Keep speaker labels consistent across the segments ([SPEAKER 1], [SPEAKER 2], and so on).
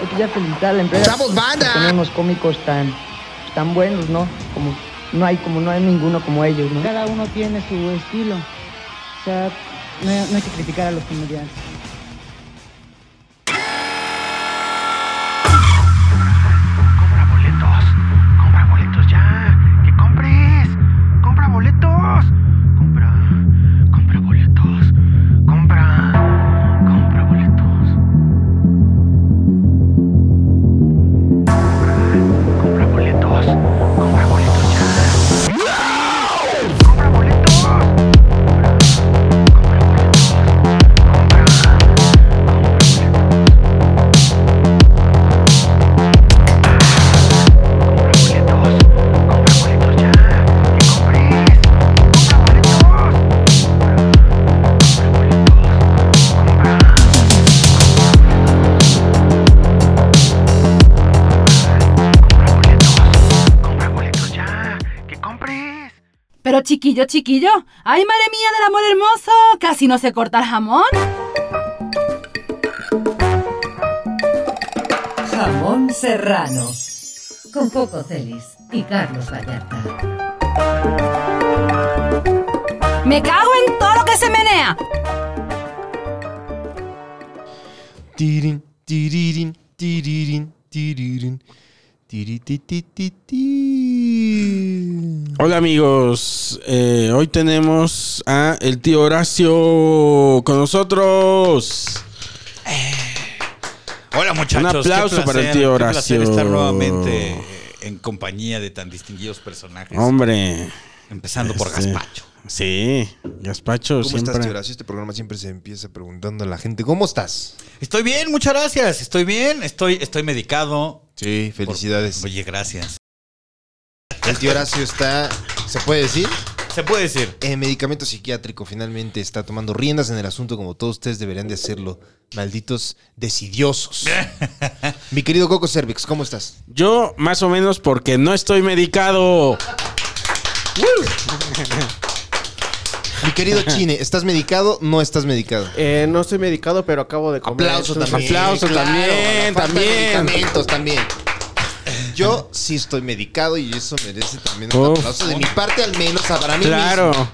[SPEAKER 1] Hay que Pues ya felicitar a la empresa.
[SPEAKER 2] ¡Estamos banda!
[SPEAKER 1] Tenemos cómicos tan, tan buenos, ¿no? Como no hay como no hay ninguno como ellos, ¿no?
[SPEAKER 3] Cada uno tiene su estilo. O sea, no, hay- no hay que criticar a los comediantes.
[SPEAKER 4] Compra boletos. Compra boletos ya. Que compres. Compra boletos. Compra. Compra boletos. Compra. Compra boletos. Compra. Compra boletos. Compra boletos ya. Compra boletos. Compra boletos. Compra. Compra boletos. Compra boletos, compra boletos ya, que compres, compra boletos, compra boletos, compra, compra boletos, compra boletos ya, que compres.
[SPEAKER 5] Pero chiquillo, chiquillo, ¡ay, madre mía del amor hermoso! Casi no se corta el jamón.
[SPEAKER 6] Jamón Serrano. Con Coco Celis y Carlos Vallarta.
[SPEAKER 5] ¡Me cago en todo lo que se menea!
[SPEAKER 7] Tirin, tiririn, tiririn, tiririn. Tiri, ti, ti, ti, ti.
[SPEAKER 8] Hola amigos, Eh, hoy tenemos a el tío Horacio con nosotros.
[SPEAKER 9] Hola muchachos,
[SPEAKER 8] Un aplauso
[SPEAKER 9] qué
[SPEAKER 8] para el
[SPEAKER 9] placer,
[SPEAKER 8] tío
[SPEAKER 9] qué placer
[SPEAKER 8] Horacio.
[SPEAKER 9] estar nuevamente eh, en compañía de tan distinguidos personajes.
[SPEAKER 8] Hombre.
[SPEAKER 9] Empezando por
[SPEAKER 8] Este,
[SPEAKER 9] Gaspacho.
[SPEAKER 8] Sí, Gaspacho
[SPEAKER 2] ¿Cómo
[SPEAKER 8] siempre.
[SPEAKER 2] estás, tío Horacio? Este programa siempre se empieza preguntando a la gente, ¿cómo estás?
[SPEAKER 9] Estoy bien, muchas gracias. Estoy bien, estoy, estoy medicado.
[SPEAKER 2] Sí, felicidades.
[SPEAKER 9] Oye, gracias.
[SPEAKER 2] El tío Horacio está, ¿se puede decir?
[SPEAKER 9] Se puede decir.
[SPEAKER 2] En medicamento psiquiátrico finalmente está tomando riendas en el asunto como todos ustedes deberían de hacerlo. Malditos decidiosos. Mi querido Coco Cervix, ¿cómo estás?
[SPEAKER 8] Yo más o menos porque no estoy medicado.
[SPEAKER 2] Mi querido Chine, ¿estás medicado? No estás medicado.
[SPEAKER 7] Eh, no estoy medicado, pero acabo de comer.
[SPEAKER 2] Aplauso
[SPEAKER 7] entonces-
[SPEAKER 2] también.
[SPEAKER 8] aplauso también,
[SPEAKER 2] falta de
[SPEAKER 8] también.
[SPEAKER 2] Medicamentos también. Yo sí estoy medicado y eso merece también un
[SPEAKER 8] Uf.
[SPEAKER 2] aplauso de mi parte al menos para mí
[SPEAKER 8] Claro.
[SPEAKER 2] mismo.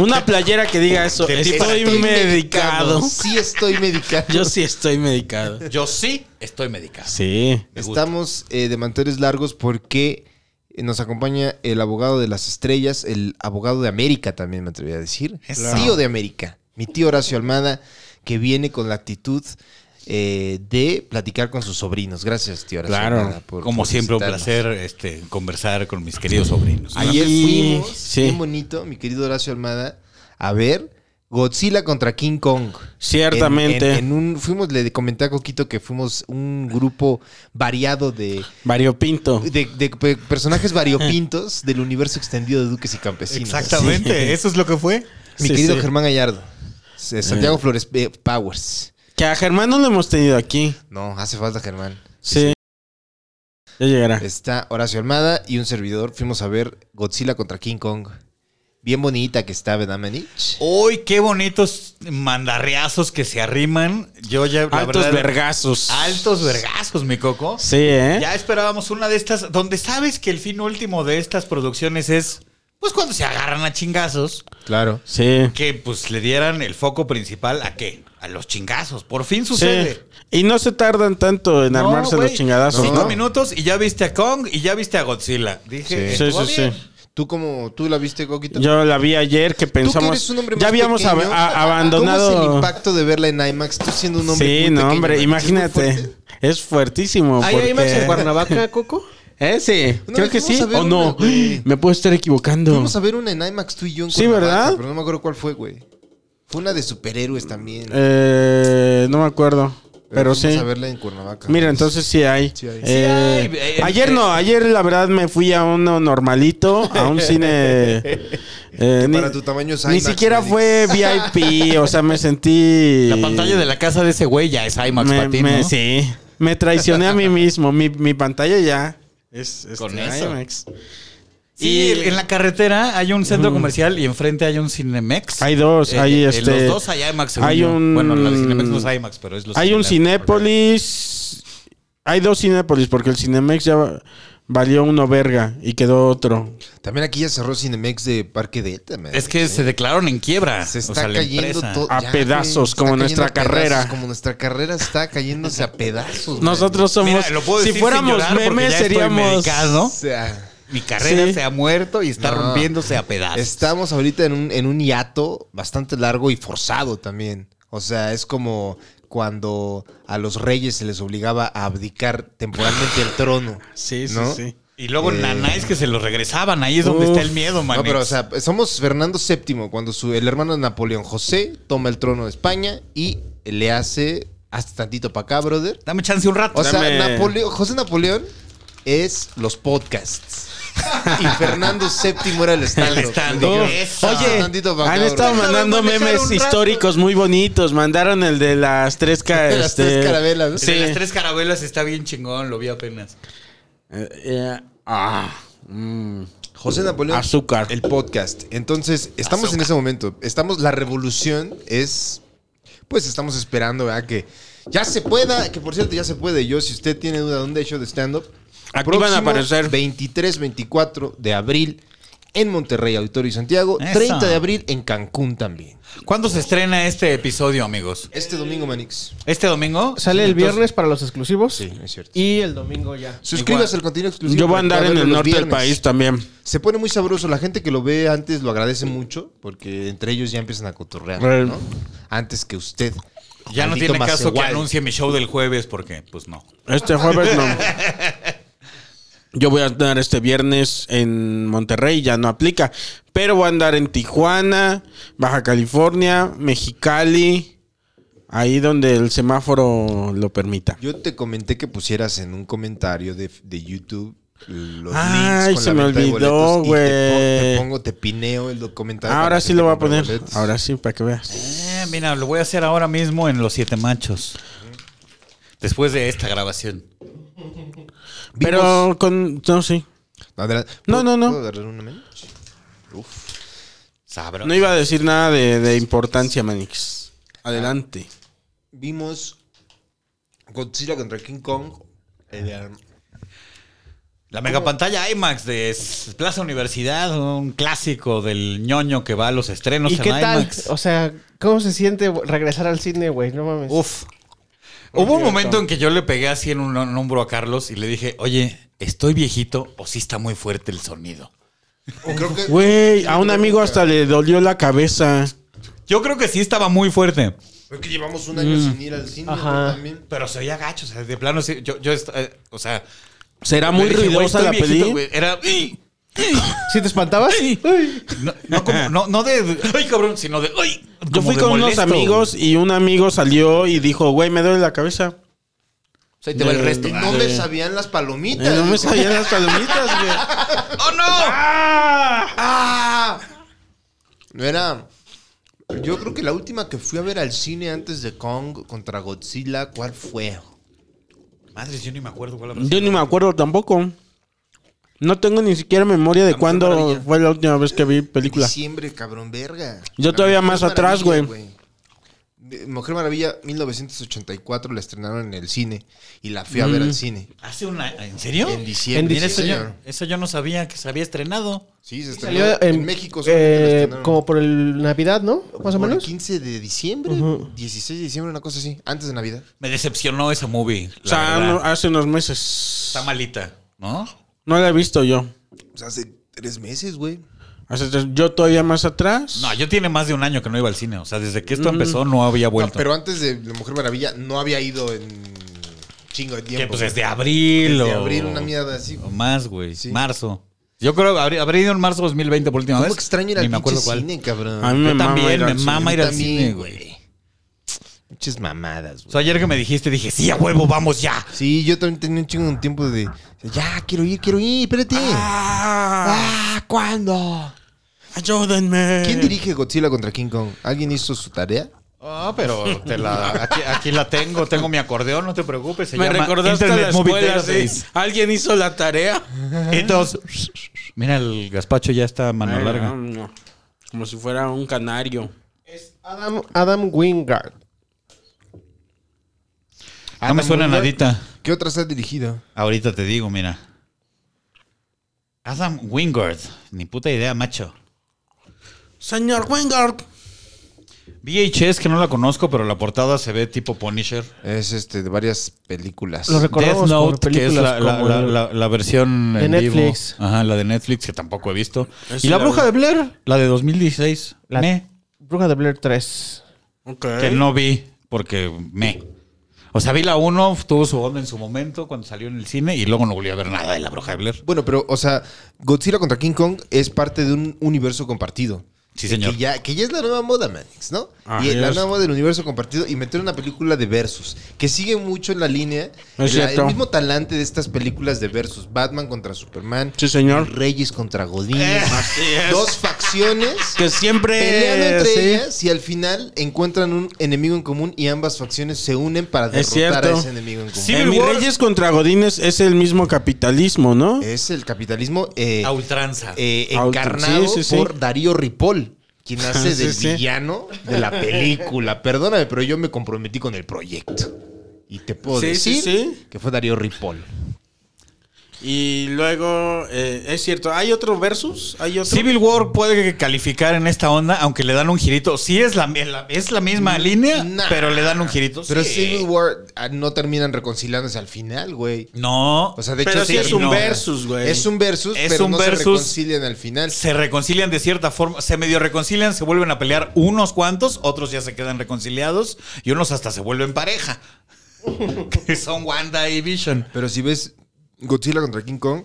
[SPEAKER 8] Una playera que diga eso.
[SPEAKER 9] De ti para
[SPEAKER 8] Estoy
[SPEAKER 9] ti.
[SPEAKER 8] medicado.
[SPEAKER 2] Sí estoy medicado.
[SPEAKER 8] Yo sí estoy medicado.
[SPEAKER 9] Yo sí estoy medicado.
[SPEAKER 8] Sí.
[SPEAKER 9] Me gusta.
[SPEAKER 2] Estamos eh, de manteles largos porque eh, nos acompaña el abogado de las estrellas, el abogado de América también me atrevería a decir.
[SPEAKER 9] Eso.
[SPEAKER 2] Tío de América, mi tío Horacio Almada, que viene con la actitud eh, de platicar con sus sobrinos. Gracias, tío Horacio
[SPEAKER 8] Claro.
[SPEAKER 2] Almada, por-
[SPEAKER 9] Como
[SPEAKER 2] por
[SPEAKER 9] siempre, un
[SPEAKER 2] visitarnos.
[SPEAKER 9] placer este, conversar con mis queridos sobrinos.
[SPEAKER 2] Ayer
[SPEAKER 8] Sí,
[SPEAKER 2] fuimos,
[SPEAKER 8] sí.
[SPEAKER 2] bien bonito, mi querido Horacio Almada, a ver Godzilla contra King Kong. En,
[SPEAKER 8] Ciertamente.
[SPEAKER 2] en- en un, fuimos, le comenté a Coquito que fuimos un grupo variado de,
[SPEAKER 8] Variopinto.
[SPEAKER 2] de, de pe- personajes variopintos del universo extendido de Duques y Campesinos.
[SPEAKER 9] Exactamente, eso es lo que fue.
[SPEAKER 2] Mi
[SPEAKER 8] Sí,
[SPEAKER 2] querido
[SPEAKER 8] sí.
[SPEAKER 2] Germán Gallardo, S- Santiago Flores eh, Powers.
[SPEAKER 8] Que a Germán no lo hemos tenido aquí.
[SPEAKER 2] No, hace falta Germán.
[SPEAKER 8] Sí. Ya llegará.
[SPEAKER 2] Está Horacio Almada y un servidor. Fuimos a ver Godzilla contra King Kong. Bien bonita que está, ¿verdad, Manich?
[SPEAKER 9] Hoy, qué bonitos mandarreazos que se arriman. Yo ya, la
[SPEAKER 8] Altos
[SPEAKER 9] verdad,
[SPEAKER 8] vergazos.
[SPEAKER 9] Altos vergazos, mi coco.
[SPEAKER 8] Sí, ¿eh?
[SPEAKER 9] Ya esperábamos una de estas, donde sabes que el fin último de estas producciones es, pues cuando se agarran a chingazos,
[SPEAKER 2] Claro.
[SPEAKER 8] Sí.
[SPEAKER 9] que pues le dieran el foco principal a qué? A los chingazos. Por fin sucede.
[SPEAKER 8] Sí. Y no se tardan tanto en
[SPEAKER 9] No,
[SPEAKER 8] armarse
[SPEAKER 9] güey,
[SPEAKER 8] los chingadazos,
[SPEAKER 9] Cinco
[SPEAKER 8] ¿no?
[SPEAKER 9] minutos y ya viste a Kong y ya viste a Godzilla. Dije,
[SPEAKER 8] Sí,
[SPEAKER 9] estuvo
[SPEAKER 8] sí,
[SPEAKER 9] bien.
[SPEAKER 8] sí.
[SPEAKER 2] ¿Tú como tú la viste, Coquito?
[SPEAKER 8] Yo la vi ayer que
[SPEAKER 2] Tú que
[SPEAKER 8] pensamos.
[SPEAKER 2] eres un hombre
[SPEAKER 8] ya
[SPEAKER 2] más
[SPEAKER 8] habíamos ab-
[SPEAKER 2] pequeño,
[SPEAKER 8] a- abandonado.
[SPEAKER 2] ¿Cómo es el impacto de verla en IMAX? Tú siendo un hombre
[SPEAKER 8] sí,
[SPEAKER 2] muy
[SPEAKER 8] no,
[SPEAKER 2] pequeño,
[SPEAKER 8] hombre,
[SPEAKER 2] Manich, ¿es muy fuerte?
[SPEAKER 8] imagínate. Es fuertísimo.
[SPEAKER 7] ¿Hay IMAX en
[SPEAKER 8] porque-
[SPEAKER 7] Cuernavaca, Coco?
[SPEAKER 8] Eh, sí,
[SPEAKER 2] Una
[SPEAKER 8] creo
[SPEAKER 2] vez
[SPEAKER 8] que
[SPEAKER 2] fuimos
[SPEAKER 8] sí.
[SPEAKER 2] a ver
[SPEAKER 8] O
[SPEAKER 2] una,
[SPEAKER 8] no.
[SPEAKER 2] güey.
[SPEAKER 8] Me puedo estar equivocando.
[SPEAKER 2] Vamos a ver una en IMAX tú y yo en
[SPEAKER 8] Sí,
[SPEAKER 2] Cuernavaca,
[SPEAKER 8] ¿verdad?
[SPEAKER 2] Pero no me acuerdo cuál fue, güey. Fue una de superhéroes también.
[SPEAKER 8] Eh, no me acuerdo. Pero sí.
[SPEAKER 2] fuimos a verla en Cuernavaca.
[SPEAKER 8] Mira, entonces sí hay.
[SPEAKER 2] Sí hay.
[SPEAKER 8] Eh,
[SPEAKER 9] Sí hay. Eh,
[SPEAKER 8] ayer no, ayer la verdad me fui a uno normalito, a un cine. eh,
[SPEAKER 2] para tu tamaño es
[SPEAKER 8] Ni
[SPEAKER 2] IMAX,
[SPEAKER 8] siquiera
[SPEAKER 2] Félix.
[SPEAKER 8] fue VIP, o sea, me sentí.
[SPEAKER 9] La pantalla de la casa de ese güey ya es IMAX
[SPEAKER 8] me,
[SPEAKER 9] para ti,
[SPEAKER 8] me-
[SPEAKER 9] ¿no?
[SPEAKER 8] Sí, me traicioné a mí mismo. Mi, mi pantalla ya es este,
[SPEAKER 9] Con eso. Pues
[SPEAKER 8] IMAX.
[SPEAKER 9] Sí,
[SPEAKER 8] Y-
[SPEAKER 9] en la carretera hay un centro comercial y enfrente hay un Cinemex.
[SPEAKER 8] Hay dos, hay,
[SPEAKER 9] en
[SPEAKER 8] este,
[SPEAKER 9] los dos hay IMAX. según
[SPEAKER 8] hay
[SPEAKER 9] yo.
[SPEAKER 8] un-
[SPEAKER 9] bueno, la de Cinemex no es IMAX, pero es los
[SPEAKER 8] Hay un
[SPEAKER 9] Cinemex.
[SPEAKER 8] Cinépolis Hay dos Cinépolis porque el Cinemex ya va- valió uno verga y quedó otro.
[SPEAKER 2] También aquí ya cerró Cinemex de Parque Delta. man.
[SPEAKER 9] Es que se declararon en quiebra.
[SPEAKER 2] Se
[SPEAKER 9] o
[SPEAKER 2] está
[SPEAKER 9] sea, la
[SPEAKER 2] cayendo
[SPEAKER 9] empresa.
[SPEAKER 2] todo.
[SPEAKER 8] A
[SPEAKER 2] ya,
[SPEAKER 8] pedazos,
[SPEAKER 2] güey, se
[SPEAKER 8] como
[SPEAKER 2] está
[SPEAKER 8] nuestra
[SPEAKER 2] cayendo a pedazos,
[SPEAKER 8] carrera.
[SPEAKER 2] como nuestra carrera está cayéndose a pedazos. man.
[SPEAKER 8] Nosotros somos.
[SPEAKER 9] Mira, lo puedo decir
[SPEAKER 8] si
[SPEAKER 9] sin
[SPEAKER 8] fuéramos
[SPEAKER 9] llorar porque
[SPEAKER 8] memes,
[SPEAKER 9] ya estoy
[SPEAKER 8] seríamos.
[SPEAKER 9] medicado.
[SPEAKER 2] O sea,
[SPEAKER 9] Mi carrera
[SPEAKER 8] Sí.
[SPEAKER 9] se ha muerto y está
[SPEAKER 2] No.
[SPEAKER 9] rompiéndose a pedazos.
[SPEAKER 2] estamos ahorita en un, en un hiato bastante largo y forzado también. O sea, es como cuando a los reyes se les obligaba a abdicar temporalmente el trono.
[SPEAKER 8] Sí, sí,
[SPEAKER 2] ¿no?
[SPEAKER 8] sí.
[SPEAKER 9] Y luego
[SPEAKER 2] Eh.
[SPEAKER 9] nanáis que se lo regresaban. Ahí es donde
[SPEAKER 8] Uf.
[SPEAKER 9] está el miedo, man.
[SPEAKER 2] No, pero o sea, somos Fernando VII cuando su- el hermano de Napoleón José toma el trono de España y le hace hasta tantito para acá, brother.
[SPEAKER 9] Dame chance un rato.
[SPEAKER 2] O sea,
[SPEAKER 8] Dame-
[SPEAKER 2] Napoleón- José Napoleón es los podcasts. y Fernando VII era el
[SPEAKER 9] El
[SPEAKER 2] stand-up.
[SPEAKER 9] stand-up.
[SPEAKER 2] Dijeron,
[SPEAKER 9] Eso.
[SPEAKER 2] "Hasta
[SPEAKER 8] Oye,
[SPEAKER 2] tantito pa'
[SPEAKER 8] han
[SPEAKER 2] acá,
[SPEAKER 8] estado
[SPEAKER 2] bro".
[SPEAKER 8] mandando
[SPEAKER 9] Ah, Déjame manejar
[SPEAKER 8] memes
[SPEAKER 9] un rato.
[SPEAKER 8] históricos muy bonitos. Mandaron el de las tres ca-
[SPEAKER 2] De las tres
[SPEAKER 8] este,
[SPEAKER 2] carabelas, ¿no?
[SPEAKER 9] El de
[SPEAKER 8] Sí.
[SPEAKER 9] las tres carabelas está bien chingón, lo vi apenas.
[SPEAKER 8] Eh, eh, ah, mm,
[SPEAKER 2] José Napoleón.
[SPEAKER 8] Azúcar.
[SPEAKER 2] El podcast. Entonces, estamos en ese momento. Estamos, la revolución es. Pues estamos esperando, ¿verdad? Que ya se pueda. Que por cierto, ya se puede. Yo, si usted tiene duda de un show de stand-up,
[SPEAKER 8] Aquí van a
[SPEAKER 2] próximo
[SPEAKER 8] aparecer.
[SPEAKER 2] 23, 24 de abril en Monterrey, Auditorio y Santiago.
[SPEAKER 9] Eso.
[SPEAKER 2] 30 de abril en Cancún también.
[SPEAKER 9] ¿Cuándo se estrena este episodio, amigos?
[SPEAKER 2] Este domingo, Manix.
[SPEAKER 9] ¿Este domingo?
[SPEAKER 7] Sale el viernes para los exclusivos.
[SPEAKER 2] Sí, es cierto.
[SPEAKER 7] Y el domingo ya.
[SPEAKER 2] Suscríbase al contenido exclusivo.
[SPEAKER 8] Yo voy a
[SPEAKER 2] para
[SPEAKER 8] andar
[SPEAKER 2] poder
[SPEAKER 8] en
[SPEAKER 2] verlo
[SPEAKER 8] el
[SPEAKER 2] los
[SPEAKER 8] norte del
[SPEAKER 2] viernes.
[SPEAKER 8] país también.
[SPEAKER 2] Se pone muy sabroso. La gente que lo ve antes lo agradece mucho porque entre ellos ya empiezan a cotorrear,
[SPEAKER 8] Real.
[SPEAKER 2] ¿no? Antes que usted.
[SPEAKER 9] Ya no
[SPEAKER 2] Maldito
[SPEAKER 9] tiene caso que
[SPEAKER 2] Macehual.
[SPEAKER 9] anuncie mi show del jueves porque, pues no.
[SPEAKER 8] Este jueves no. Yo voy a andar este viernes en Monterrey, ya no aplica. Pero voy a andar en Tijuana, Baja California, Mexicali, ahí donde el semáforo lo permita.
[SPEAKER 2] Yo te comenté que pusieras en un comentario de, de YouTube los
[SPEAKER 8] Ay,
[SPEAKER 2] links con
[SPEAKER 8] se
[SPEAKER 2] la
[SPEAKER 8] me
[SPEAKER 2] venta de
[SPEAKER 8] olvidó,
[SPEAKER 2] boletos y te pon- Te,
[SPEAKER 8] güey.
[SPEAKER 2] pongo, te pineo el comentario. para
[SPEAKER 8] Ahora
[SPEAKER 2] que
[SPEAKER 8] sí
[SPEAKER 2] te
[SPEAKER 8] lo voy a
[SPEAKER 2] compre
[SPEAKER 8] poner.
[SPEAKER 2] boletos.
[SPEAKER 8] Ahora sí, para que veas.
[SPEAKER 9] Eh, mira, lo voy a hacer ahora mismo en Los Siete Machos. Después de esta grabación.
[SPEAKER 2] Vimos-
[SPEAKER 8] Pero con. No, sí.
[SPEAKER 2] Adelante.
[SPEAKER 8] No, no, no.
[SPEAKER 2] ¿Puedo agarrar una menos?
[SPEAKER 9] Sabro.
[SPEAKER 8] No iba a decir nada de, de importancia, Manix. Adelante.
[SPEAKER 2] Vimos Godzilla contra King Kong. el, um,
[SPEAKER 9] La megapantalla IMAX de S- Plaza Universidad, un clásico del ñoño que va a los estrenos
[SPEAKER 7] ¿Y
[SPEAKER 9] en
[SPEAKER 7] qué tal?
[SPEAKER 9] IMAX.
[SPEAKER 8] Pues,
[SPEAKER 7] O sea, ¿cómo se siente regresar al cine, güey? No mames.
[SPEAKER 9] Uf. Hubo un momento en que yo le pegué así en un hom- hombro a Carlos y le dije, oye, ¿estoy viejito o sí está muy fuerte el sonido?
[SPEAKER 2] creo que-
[SPEAKER 8] Güey, a un amigo hasta le dolió la cabeza.
[SPEAKER 9] Yo creo que sí estaba muy fuerte.
[SPEAKER 2] creo que llevamos un
[SPEAKER 8] Mm.
[SPEAKER 2] año sin ir al cine
[SPEAKER 7] Ajá.
[SPEAKER 2] güey, también.
[SPEAKER 9] Pero se oía gacho, o sea, de plano, sí, yo, yo, est- eh, o sea...
[SPEAKER 8] ¿Será
[SPEAKER 9] le
[SPEAKER 8] muy
[SPEAKER 9] dije, "Güey,
[SPEAKER 8] ruidosa
[SPEAKER 9] estoy
[SPEAKER 8] la
[SPEAKER 9] viejito,
[SPEAKER 8] peli?
[SPEAKER 9] güey". Era... "Ih, ih".
[SPEAKER 7] ¿Sí te espantabas?
[SPEAKER 9] Ay.
[SPEAKER 7] Uy.
[SPEAKER 9] No, no, como- no- no de... ¡Ay, cabrón! Sino de... "Ay",
[SPEAKER 8] Yo
[SPEAKER 9] como
[SPEAKER 8] fui
[SPEAKER 9] de
[SPEAKER 8] con unos
[SPEAKER 9] molesto.
[SPEAKER 8] amigos y un amigo salió y dijo, güey, me duele la cabeza.
[SPEAKER 9] O sea, ahí te va el
[SPEAKER 8] De-
[SPEAKER 9] resto.
[SPEAKER 2] Y no me
[SPEAKER 8] Eh.
[SPEAKER 2] sabían las
[SPEAKER 8] Eh,
[SPEAKER 2] palomitas.
[SPEAKER 8] no me
[SPEAKER 2] dijo.
[SPEAKER 8] salían las palomitas, güey.
[SPEAKER 9] ¡Oh, no!
[SPEAKER 2] ¡Ah! No era. Yo creo que la última que fui a ver al cine antes de Kong contra Godzilla, ¿cuál fue?
[SPEAKER 9] Madres, yo ni me acuerdo cuál habrá sido.
[SPEAKER 8] Yo ni me acuerdo tampoco. No tengo ni siquiera memoria de
[SPEAKER 9] Mujer
[SPEAKER 8] cuándo
[SPEAKER 9] Maravilla.
[SPEAKER 8] fue la última vez que vi película.
[SPEAKER 2] Diciembre, cabrón, verga.
[SPEAKER 8] Yo
[SPEAKER 2] La
[SPEAKER 8] todavía
[SPEAKER 2] Mujer
[SPEAKER 8] más atrás,
[SPEAKER 2] Maravilla,
[SPEAKER 8] güey.
[SPEAKER 2] De- Mujer Maravilla, 1984, la estrenaron en el cine y la fui a ver al cine.
[SPEAKER 9] ¿Hace una... ¿En serio?
[SPEAKER 2] En diciembre.
[SPEAKER 9] Mira, eso,
[SPEAKER 2] sí,
[SPEAKER 9] yo,
[SPEAKER 2] señor.
[SPEAKER 9] eso yo no sabía que se había estrenado.
[SPEAKER 2] Sí, se estrenó
[SPEAKER 7] Salió
[SPEAKER 2] en, México. solamente la
[SPEAKER 7] eh,
[SPEAKER 2] estrenaron.
[SPEAKER 7] como por el Navidad, ¿no? Más o
[SPEAKER 2] Por el
[SPEAKER 7] menos.
[SPEAKER 2] 15 de diciembre, 16 de diciembre, una cosa así, antes de Navidad.
[SPEAKER 9] Me decepcionó esa movie.
[SPEAKER 8] O
[SPEAKER 9] la
[SPEAKER 8] sea,
[SPEAKER 9] verdad.
[SPEAKER 8] no- ah, hace unos meses.
[SPEAKER 9] Está malita, ¿no?
[SPEAKER 8] No la he visto yo.
[SPEAKER 2] O sea, hace tres meses, güey.
[SPEAKER 8] Hace tres- yo todavía más atrás.
[SPEAKER 9] No, yo tiene más de un año que no iba al cine. O sea, desde que esto
[SPEAKER 8] Mm.
[SPEAKER 9] empezó no había
[SPEAKER 2] No,
[SPEAKER 9] vuelto.
[SPEAKER 2] pero antes de La Mujer Maravilla no había ido en chingo de tiempo.
[SPEAKER 9] que pues desde abril
[SPEAKER 2] Desde
[SPEAKER 9] o...
[SPEAKER 2] abril, una mierda así.
[SPEAKER 9] O más, güey.
[SPEAKER 2] Sí.
[SPEAKER 9] Marzo. Yo creo que habría, habría ido en marzo 2020 por última
[SPEAKER 2] ¿Cómo
[SPEAKER 9] vez.
[SPEAKER 2] extraño ir
[SPEAKER 9] Ni
[SPEAKER 2] al
[SPEAKER 9] me acuerdo
[SPEAKER 2] pinche
[SPEAKER 9] cuál.
[SPEAKER 2] cine, cabrón?
[SPEAKER 8] A mí
[SPEAKER 9] Yo
[SPEAKER 8] me mama
[SPEAKER 9] también,
[SPEAKER 8] ir al
[SPEAKER 9] me
[SPEAKER 8] cine.
[SPEAKER 9] mama ir al
[SPEAKER 2] También,
[SPEAKER 9] cine, güey.
[SPEAKER 2] Muchas mamadas,
[SPEAKER 9] O
[SPEAKER 2] güey.
[SPEAKER 9] sea, ayer que me dijiste, dije, sí, a huevo, vamos ya.
[SPEAKER 2] Sí, yo también tenía un chingo de tiempo de... Ya, quiero ir, quiero ir, espérate.
[SPEAKER 8] Ah,
[SPEAKER 2] Ah, ¿cuándo?
[SPEAKER 8] ayúdenme.
[SPEAKER 2] ¿Quién dirige Godzilla contra King Kong? ¿Alguien hizo su tarea?
[SPEAKER 9] Ah, pero te la, aquí, aquí la tengo, tengo mi acordeón, no te preocupes. Se
[SPEAKER 8] Me
[SPEAKER 9] llama
[SPEAKER 8] recordaste a la
[SPEAKER 9] Internet Movie
[SPEAKER 8] escuela,
[SPEAKER 9] Database.
[SPEAKER 8] sí. ¿Alguien hizo la tarea?
[SPEAKER 9] Entonces, mira, el gazpacho ya está a mano
[SPEAKER 8] Ay,
[SPEAKER 9] larga.
[SPEAKER 8] no, no. Como si fuera un canario.
[SPEAKER 7] Adam, Adam Wingard.
[SPEAKER 9] No me suena nadita.
[SPEAKER 2] ¿Qué otras has dirigido?
[SPEAKER 9] Ahorita te digo, mira. Adam Wingard. Ni puta idea, macho.
[SPEAKER 8] Señor Wingard.
[SPEAKER 9] VHS, que no la conozco, pero la portada se ve tipo Punisher.
[SPEAKER 2] Es este de varias películas.
[SPEAKER 7] Lo recordamos
[SPEAKER 9] Death
[SPEAKER 7] por
[SPEAKER 9] Note, que es la,
[SPEAKER 7] películas
[SPEAKER 9] la-
[SPEAKER 7] como
[SPEAKER 9] la-
[SPEAKER 7] el-
[SPEAKER 9] la- la versión
[SPEAKER 7] De
[SPEAKER 9] en
[SPEAKER 7] Netflix.
[SPEAKER 9] Vivo. Ajá, la de Netflix, que tampoco he visto.
[SPEAKER 8] Esa
[SPEAKER 9] Y La
[SPEAKER 8] la
[SPEAKER 9] Bruja
[SPEAKER 8] vi.
[SPEAKER 9] de Blair, la de 2016.
[SPEAKER 7] La-
[SPEAKER 9] Me,
[SPEAKER 7] Bruja de Blair 3.
[SPEAKER 8] Ok.
[SPEAKER 9] que no vi porque me. O sea, vi la 1, tuvo su onda en su momento cuando salió en el cine y luego no volví a ver nada de La Bruja de Blair.
[SPEAKER 2] Bueno, pero, o sea, Godzilla contra King Kong es parte de un universo compartido.
[SPEAKER 9] Sí, señor.
[SPEAKER 2] Que ya, que ya es la nueva moda, Manix, ¿no?
[SPEAKER 8] Ajá,
[SPEAKER 2] y la
[SPEAKER 8] Ah, es.
[SPEAKER 2] nueva moda del universo compartido y meter una película de versus, que sigue mucho en la línea.
[SPEAKER 8] Es
[SPEAKER 2] la- el
[SPEAKER 8] cierto.
[SPEAKER 2] mismo talante de estas películas de versus. Batman contra Superman.
[SPEAKER 8] Sí, señor. Eh,
[SPEAKER 2] Reyes contra Godín.
[SPEAKER 8] Así es.
[SPEAKER 2] Dos facciones.
[SPEAKER 8] Que siempre.
[SPEAKER 2] Peleando entre
[SPEAKER 8] sí.
[SPEAKER 2] ellas y al final encuentran un enemigo en común y ambas facciones se unen para
[SPEAKER 8] Es
[SPEAKER 2] derrotar a
[SPEAKER 8] cierto.
[SPEAKER 2] ese enemigo en común.
[SPEAKER 9] Sí. Civil
[SPEAKER 8] en mis
[SPEAKER 9] War.
[SPEAKER 8] Reyes contra Godines es el mismo capitalismo, ¿no?
[SPEAKER 2] Es el capitalismo eh,
[SPEAKER 9] A ultranza.
[SPEAKER 2] eh,
[SPEAKER 8] Auto-
[SPEAKER 2] encarnado
[SPEAKER 8] Ah, sí, sí, sí.
[SPEAKER 2] por Darío Ripoll, quien hace
[SPEAKER 8] Sí,
[SPEAKER 2] del
[SPEAKER 8] sí.
[SPEAKER 2] villano de la película. Perdóname, pero yo me comprometí con el proyecto. Y te puedo
[SPEAKER 8] Sí, sí,
[SPEAKER 2] decir
[SPEAKER 8] sí.
[SPEAKER 2] que fue Darío Ripoll.
[SPEAKER 8] Y luego, eh, es cierto, ¿hay otro versus? ¿Hay otro?
[SPEAKER 9] Civil War puede calificar en esta onda, aunque le dan un girito. Sí es la, la- es la misma línea,
[SPEAKER 2] Mm, Nah.
[SPEAKER 9] pero le dan un girito.
[SPEAKER 2] Pero
[SPEAKER 9] sí.
[SPEAKER 2] Civil War ah, no terminan reconciliándose al final, güey.
[SPEAKER 9] No.
[SPEAKER 2] O sea, de
[SPEAKER 8] Pero
[SPEAKER 2] hecho
[SPEAKER 8] sí es un
[SPEAKER 9] no.
[SPEAKER 8] versus, güey.
[SPEAKER 2] Es un versus,
[SPEAKER 9] Es
[SPEAKER 2] pero
[SPEAKER 9] un
[SPEAKER 2] no se
[SPEAKER 9] versus.
[SPEAKER 2] reconcilian al final.
[SPEAKER 9] se reconcilian de cierta forma, se medio reconcilian, se vuelven a pelear unos cuantos, otros ya se quedan reconciliados y unos hasta se vuelven pareja. que son Wanda y Vision.
[SPEAKER 2] Pero si ves Godzilla contra King Kong,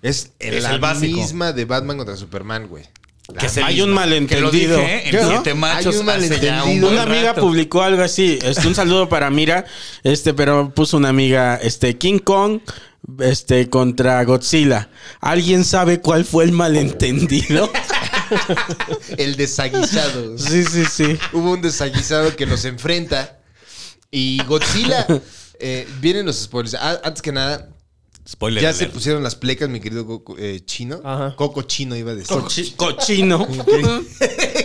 [SPEAKER 2] es,
[SPEAKER 9] Es
[SPEAKER 2] la
[SPEAKER 9] el básico.
[SPEAKER 2] misma de Batman contra Superman, güey.
[SPEAKER 9] Que es el
[SPEAKER 8] Hay
[SPEAKER 9] mismo.
[SPEAKER 8] un malentendido.
[SPEAKER 9] Que lo dije en
[SPEAKER 8] Yo, ¿no?
[SPEAKER 9] Siete Machos
[SPEAKER 2] Hay un
[SPEAKER 9] hace ya
[SPEAKER 2] malentendido.
[SPEAKER 9] buen
[SPEAKER 8] Una amiga
[SPEAKER 9] rato.
[SPEAKER 8] publicó algo así. Este, un saludo para Mira. Este, pero puso una amiga, este, King Kong, este, contra Godzilla. ¿Alguien sabe cuál fue el malentendido?
[SPEAKER 2] El desaguisado.
[SPEAKER 8] sí, sí, sí.
[SPEAKER 2] Hubo un desaguisado que los enfrenta. Y Godzilla. eh, vienen los spoilers. A- antes que nada,
[SPEAKER 9] Spoiler
[SPEAKER 2] ya
[SPEAKER 9] alert.
[SPEAKER 2] se pusieron las plecas, mi querido Coco, eh, Chino.
[SPEAKER 7] Ajá.
[SPEAKER 2] Coco Chino iba a decir.
[SPEAKER 8] Cochi- cochino.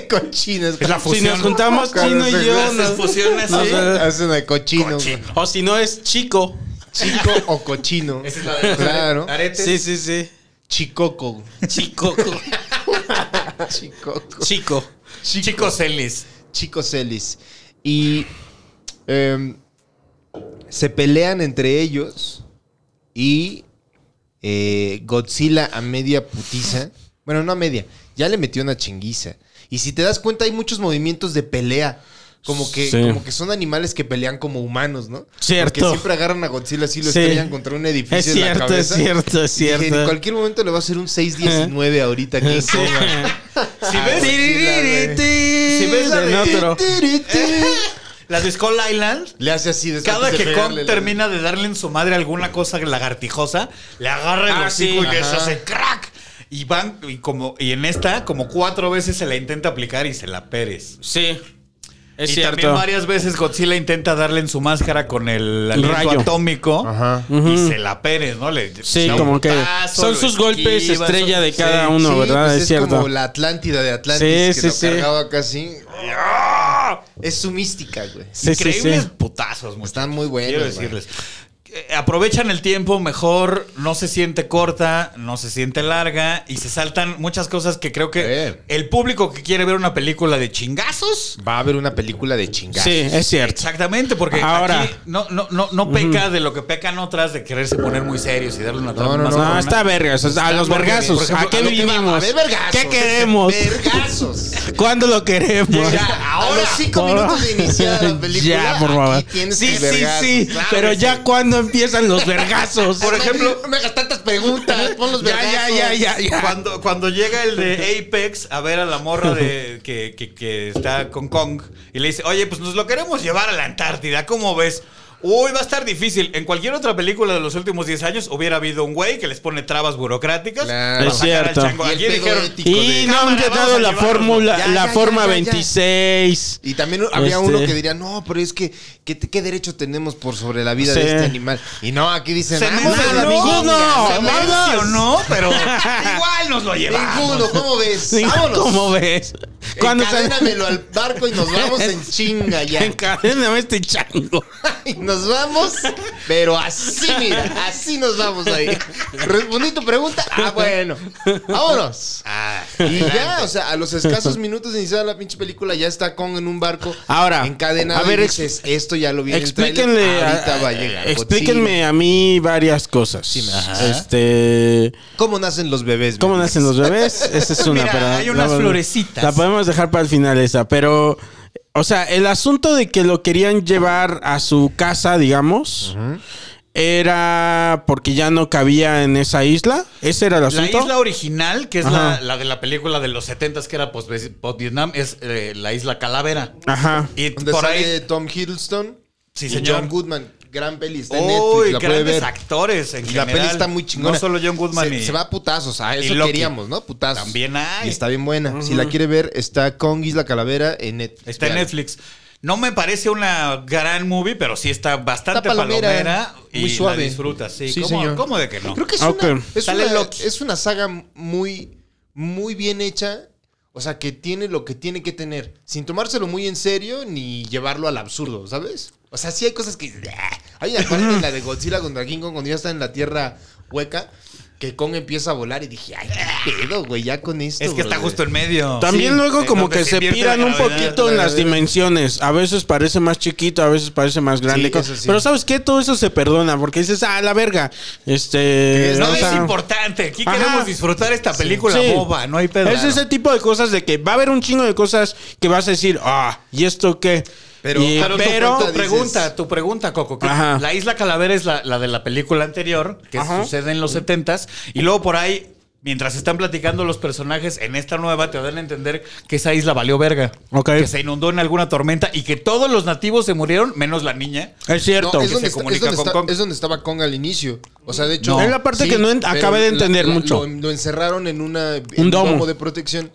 [SPEAKER 2] Cochino. Es
[SPEAKER 9] Es la
[SPEAKER 8] Si
[SPEAKER 9] fusión.
[SPEAKER 8] nos juntamos
[SPEAKER 2] Cuando
[SPEAKER 8] chino
[SPEAKER 2] se-
[SPEAKER 8] y yo.
[SPEAKER 9] Las
[SPEAKER 8] nos-
[SPEAKER 9] fusiones,
[SPEAKER 8] nos-
[SPEAKER 9] sí.
[SPEAKER 2] Hace una de cochino.
[SPEAKER 9] Cochino.
[SPEAKER 8] o si no es chico.
[SPEAKER 2] Chico o cochino.
[SPEAKER 9] Esa es la de los
[SPEAKER 2] Claro.
[SPEAKER 9] aretes.
[SPEAKER 8] Sí, sí, sí.
[SPEAKER 2] Chicoco.
[SPEAKER 8] Chico.
[SPEAKER 9] Ah,
[SPEAKER 2] Chicoco.
[SPEAKER 8] Chico.
[SPEAKER 9] Chicos Celis.
[SPEAKER 2] Chico Celis. Y em, se pelean entre ellos y eh, Godzilla a media putiza. Bueno, no a media. Ya le metió una chinguiza. Y si te das cuenta, hay muchos movimientos de pelea. Como que,
[SPEAKER 8] Sí.
[SPEAKER 2] como que son animales que pelean como humanos, ¿no?
[SPEAKER 8] Cierto.
[SPEAKER 2] Porque siempre agarran a Godzilla así lo
[SPEAKER 8] Sí.
[SPEAKER 2] estrellan contra un edificio
[SPEAKER 8] Es
[SPEAKER 2] en la
[SPEAKER 8] cierto, es
[SPEAKER 2] cabeza.
[SPEAKER 8] cierto, es
[SPEAKER 2] Y dije,
[SPEAKER 8] cierto.
[SPEAKER 2] en cualquier momento le va a hacer un 6-19 ahorita. Que
[SPEAKER 8] Sí.
[SPEAKER 2] Ah,
[SPEAKER 9] Si ves,
[SPEAKER 8] Si ves la
[SPEAKER 9] En
[SPEAKER 8] de-
[SPEAKER 9] otro. las de Skull Island,
[SPEAKER 2] Le hace así después
[SPEAKER 9] Cada
[SPEAKER 2] de
[SPEAKER 9] que
[SPEAKER 2] pegarle
[SPEAKER 9] Kong
[SPEAKER 2] la-
[SPEAKER 9] termina de darle en su madre alguna cosa lagartijosa, le agarra el
[SPEAKER 8] Ah,
[SPEAKER 9] hocico
[SPEAKER 8] sí.
[SPEAKER 9] y les
[SPEAKER 2] Ajá.
[SPEAKER 9] hace crack. Y van, y como, y en esta, como cuatro veces se la intenta aplicar y se la pérez.
[SPEAKER 8] Sí. Es
[SPEAKER 9] y también
[SPEAKER 8] cierto.
[SPEAKER 9] varias veces Godzilla intenta darle en su máscara con el aliento
[SPEAKER 8] Rayo.
[SPEAKER 9] atómico
[SPEAKER 2] Ajá.
[SPEAKER 9] y
[SPEAKER 8] Ujú.
[SPEAKER 9] se la pérez, ¿no? Le,
[SPEAKER 8] Sí,
[SPEAKER 9] da un
[SPEAKER 8] como que
[SPEAKER 9] putazo,
[SPEAKER 8] son
[SPEAKER 9] lo
[SPEAKER 8] sus golpes
[SPEAKER 9] esquiva,
[SPEAKER 8] estrella
[SPEAKER 9] son-
[SPEAKER 8] de cada
[SPEAKER 9] Sí.
[SPEAKER 8] uno,
[SPEAKER 2] Sí,
[SPEAKER 8] ¿verdad?
[SPEAKER 2] pues
[SPEAKER 8] es, cierto.
[SPEAKER 2] como la Atlántida de Atlantis
[SPEAKER 8] Sí,
[SPEAKER 2] que
[SPEAKER 8] sí,
[SPEAKER 2] lo
[SPEAKER 8] sí.
[SPEAKER 2] cargaba casi. ¡Ah! Es su mística, güey.
[SPEAKER 8] Sí, sí,
[SPEAKER 9] Increíbles
[SPEAKER 8] sí.
[SPEAKER 9] putazos, muchachos.
[SPEAKER 2] Están muy buenos,
[SPEAKER 9] Quiero
[SPEAKER 2] güey.
[SPEAKER 9] decirles. Eh, Aprovechan el tiempo mejor, no se siente corta, no se siente larga y se saltan muchas cosas que creo que
[SPEAKER 2] Bien.
[SPEAKER 9] el público que quiere ver una película de chingazos.
[SPEAKER 2] Va a haber una película de chingados.
[SPEAKER 8] Sí, es cierto.
[SPEAKER 9] Exactamente, porque
[SPEAKER 8] Ahora.
[SPEAKER 9] aquí no, no, no, no peca de lo que pecan otras de quererse poner muy serios y darle una trama
[SPEAKER 2] no,
[SPEAKER 9] más
[SPEAKER 2] no,
[SPEAKER 8] No, Ah,
[SPEAKER 9] cabrona.
[SPEAKER 8] está vergas. o sea, A los
[SPEAKER 9] muy bien.
[SPEAKER 8] vergazos.
[SPEAKER 9] Por ejemplo,
[SPEAKER 8] ¿A qué
[SPEAKER 9] a lo que
[SPEAKER 8] vivimos?
[SPEAKER 2] A ver, vergazos.
[SPEAKER 8] ¿Qué queremos?
[SPEAKER 2] Vergazos.
[SPEAKER 8] ¿Cuándo lo queremos?
[SPEAKER 2] Ya, ahora. A los cinco
[SPEAKER 8] Por-
[SPEAKER 2] minutos de iniciar la película.
[SPEAKER 8] Ya, por favor.
[SPEAKER 2] aquí tienes
[SPEAKER 8] Sí,
[SPEAKER 2] tus
[SPEAKER 8] sí,
[SPEAKER 2] vergazos.
[SPEAKER 8] sí.
[SPEAKER 2] Claro
[SPEAKER 8] Pero
[SPEAKER 2] que
[SPEAKER 8] ya
[SPEAKER 2] sí.
[SPEAKER 8] cuando empiezan los vergazos.
[SPEAKER 9] Por ejemplo-
[SPEAKER 2] No me hagas tantas preguntas. Pon los
[SPEAKER 8] Ya,
[SPEAKER 2] vergazos.
[SPEAKER 8] ya, ya, ya, ya.
[SPEAKER 9] Cuando, cuando llega el de Apex a ver a la morra de, que, que- que está con Kong y le dice, oye, pues nos lo queremos llevar a la Antártida, ¿cómo ves? Uy, va a estar difícil. En cualquier otra película de los últimos 10 años hubiera habido un güey que les pone trabas burocráticas.
[SPEAKER 2] Claro.
[SPEAKER 9] para
[SPEAKER 8] Es
[SPEAKER 9] sacar al
[SPEAKER 8] cierto.
[SPEAKER 9] chango.
[SPEAKER 2] Y el
[SPEAKER 9] Aquí
[SPEAKER 2] pedo
[SPEAKER 9] dijeron,
[SPEAKER 2] ético de-
[SPEAKER 8] Y no han
[SPEAKER 9] Cámara, vamos
[SPEAKER 8] llegado
[SPEAKER 9] a
[SPEAKER 8] la
[SPEAKER 9] llevarnos.
[SPEAKER 8] fórmula,
[SPEAKER 2] Ya,
[SPEAKER 8] la
[SPEAKER 2] ya, ya,
[SPEAKER 8] forma
[SPEAKER 2] ya, ya.
[SPEAKER 8] 26.
[SPEAKER 2] Y también habría
[SPEAKER 8] Este-
[SPEAKER 2] uno que diría, no, pero es que, ¿qué, te- qué derecho tenemos por sobre la vida
[SPEAKER 8] Sí.
[SPEAKER 2] de este animal? Y no, aquí dicen,
[SPEAKER 9] Se
[SPEAKER 2] "Ah, no,
[SPEAKER 9] mencionó,
[SPEAKER 2] no,
[SPEAKER 8] ninguno,
[SPEAKER 2] se
[SPEAKER 8] vámonos.
[SPEAKER 9] mencionó, pero igual nos lo llevamos.
[SPEAKER 2] Ninguno, ¿cómo ves?
[SPEAKER 8] Sí,
[SPEAKER 2] Vámonos.
[SPEAKER 8] ¿Cómo ves? Cuando se-
[SPEAKER 2] Encadénamelo al barco y nos vamos en chinga ya.
[SPEAKER 8] Encadéname este chango.
[SPEAKER 2] Y nos vamos, pero así, mira, así nos vamos ahí. Respondí tu pregunta. Ah, bueno. Vámonos.
[SPEAKER 8] Ah,
[SPEAKER 2] y ya, o sea, a los escasos minutos de iniciar la pinche película, ya está Kong en un barco.
[SPEAKER 8] Ahora,
[SPEAKER 2] encadenado.
[SPEAKER 8] a ver,
[SPEAKER 2] y
[SPEAKER 8] ex-
[SPEAKER 2] dices, esto ya lo vi en el tráiler,
[SPEAKER 8] Explíquenle, a-
[SPEAKER 2] Ahorita va a llegar.
[SPEAKER 8] explíquenme a mí varias cosas.
[SPEAKER 2] Ajá.
[SPEAKER 8] este,
[SPEAKER 2] Godzilla. ¿Cómo nacen los bebés?
[SPEAKER 8] ¿cómo
[SPEAKER 2] bebés?
[SPEAKER 8] nacen los bebés? Esa es una,
[SPEAKER 9] Mira,
[SPEAKER 8] pero
[SPEAKER 9] hay unas florecitas.
[SPEAKER 8] La podemos dejar para el final esa, pero o sea, el asunto de que lo querían llevar a su casa, digamos, era porque ya no cabía en esa isla. Ese era el
[SPEAKER 9] La
[SPEAKER 8] asunto.
[SPEAKER 9] isla original, que es
[SPEAKER 8] Ajá.
[SPEAKER 9] la, la de la película de los 70s, que era post-Vietnam, es eh, la isla Calavera.
[SPEAKER 8] Ajá.
[SPEAKER 9] Y
[SPEAKER 2] Donde
[SPEAKER 9] por
[SPEAKER 2] sale
[SPEAKER 9] ahí.
[SPEAKER 2] Tom Hiddleston
[SPEAKER 9] Sí,
[SPEAKER 2] y
[SPEAKER 9] señor.
[SPEAKER 2] John Goodman. Gran peli, está en
[SPEAKER 9] Uy,
[SPEAKER 2] Netflix, la puede
[SPEAKER 9] grandes
[SPEAKER 2] ver.
[SPEAKER 9] actores en
[SPEAKER 2] Y la peli
[SPEAKER 9] general.
[SPEAKER 2] está muy chingona.
[SPEAKER 9] No solo John Goodman
[SPEAKER 2] se,
[SPEAKER 9] y-
[SPEAKER 2] se va a putazos, a eso
[SPEAKER 9] Loki.
[SPEAKER 2] queríamos, ¿no? Putazos.
[SPEAKER 9] También hay.
[SPEAKER 2] Y está bien buena. Si la quiere ver, está Kong y la Calavera en Netflix.
[SPEAKER 9] Está en
[SPEAKER 2] Vean.
[SPEAKER 9] Netflix. No me parece una gran movie, pero sí está bastante
[SPEAKER 2] Está palomera,
[SPEAKER 9] palomera, y
[SPEAKER 2] muy suave.
[SPEAKER 9] la disfrutas. Sí,
[SPEAKER 2] Sí,
[SPEAKER 9] ¿Cómo,
[SPEAKER 2] señor.
[SPEAKER 9] cómo de que no?
[SPEAKER 2] Creo que es,
[SPEAKER 8] Ok.
[SPEAKER 2] una, es,
[SPEAKER 9] Sale
[SPEAKER 2] una,
[SPEAKER 9] Loki.
[SPEAKER 2] es una saga muy, muy bien hecha. O sea, que tiene lo que tiene que tener. Sin tomárselo muy en serio ni llevarlo al absurdo, ¿sabes? O sea, sí hay cosas que... ah, Hay una parte en la de Godzilla contra King Kong cuando ya está en la tierra hueca que Kong empieza a volar y dije, ay, qué pedo, güey, ya con esto.
[SPEAKER 9] es que está
[SPEAKER 2] brother".
[SPEAKER 9] justo en medio.
[SPEAKER 8] También
[SPEAKER 9] Sí,
[SPEAKER 8] luego
[SPEAKER 9] en
[SPEAKER 8] como
[SPEAKER 9] donde
[SPEAKER 8] que se
[SPEAKER 9] invierte
[SPEAKER 8] piran
[SPEAKER 9] la
[SPEAKER 8] un
[SPEAKER 9] gravedad.
[SPEAKER 8] poquito en las dimensiones. A veces parece más chiquito, a veces parece más grande.
[SPEAKER 2] Sí, eso sí.
[SPEAKER 8] Pero ¿sabes qué? Todo eso se perdona porque dices, ah, la verga. Este...
[SPEAKER 9] No
[SPEAKER 8] o
[SPEAKER 9] es
[SPEAKER 8] sea,
[SPEAKER 9] importante. Aquí
[SPEAKER 8] Ajá.
[SPEAKER 9] queremos disfrutar esta película
[SPEAKER 8] Sí.
[SPEAKER 9] boba. No hay pedo.
[SPEAKER 8] Es ese tipo de cosas de que va a haber un chingo de cosas que vas a decir, ah, ¿y esto qué?
[SPEAKER 2] Pero-
[SPEAKER 8] Y-
[SPEAKER 9] Pero, tu-
[SPEAKER 8] pero-
[SPEAKER 9] tu,
[SPEAKER 2] dices-
[SPEAKER 9] pregunta, tu pregunta, Coco. que
[SPEAKER 8] Ajá.
[SPEAKER 9] La isla Calavera es la, la de la película anterior, que
[SPEAKER 8] Ajá.
[SPEAKER 9] sucede en los 70s. Y luego por ahí, mientras están platicando los personajes en esta nueva, te dan a entender que esa isla valió verga.
[SPEAKER 8] Ok.
[SPEAKER 9] Que se inundó en alguna tormenta y que todos los nativos se murieron, menos la niña.
[SPEAKER 8] es cierto.
[SPEAKER 2] No,
[SPEAKER 9] que
[SPEAKER 2] es, donde
[SPEAKER 9] se
[SPEAKER 2] está-
[SPEAKER 9] comunica
[SPEAKER 2] es donde
[SPEAKER 9] con
[SPEAKER 2] está-
[SPEAKER 9] Kong.
[SPEAKER 2] es donde estaba Kong al inicio. O sea, de hecho.
[SPEAKER 8] No. Es la parte que no en-
[SPEAKER 2] pero
[SPEAKER 8] acaba de entender mucho.
[SPEAKER 2] Lo, lo encerraron en una en
[SPEAKER 8] Un
[SPEAKER 2] un
[SPEAKER 8] domo.
[SPEAKER 2] domo. de protección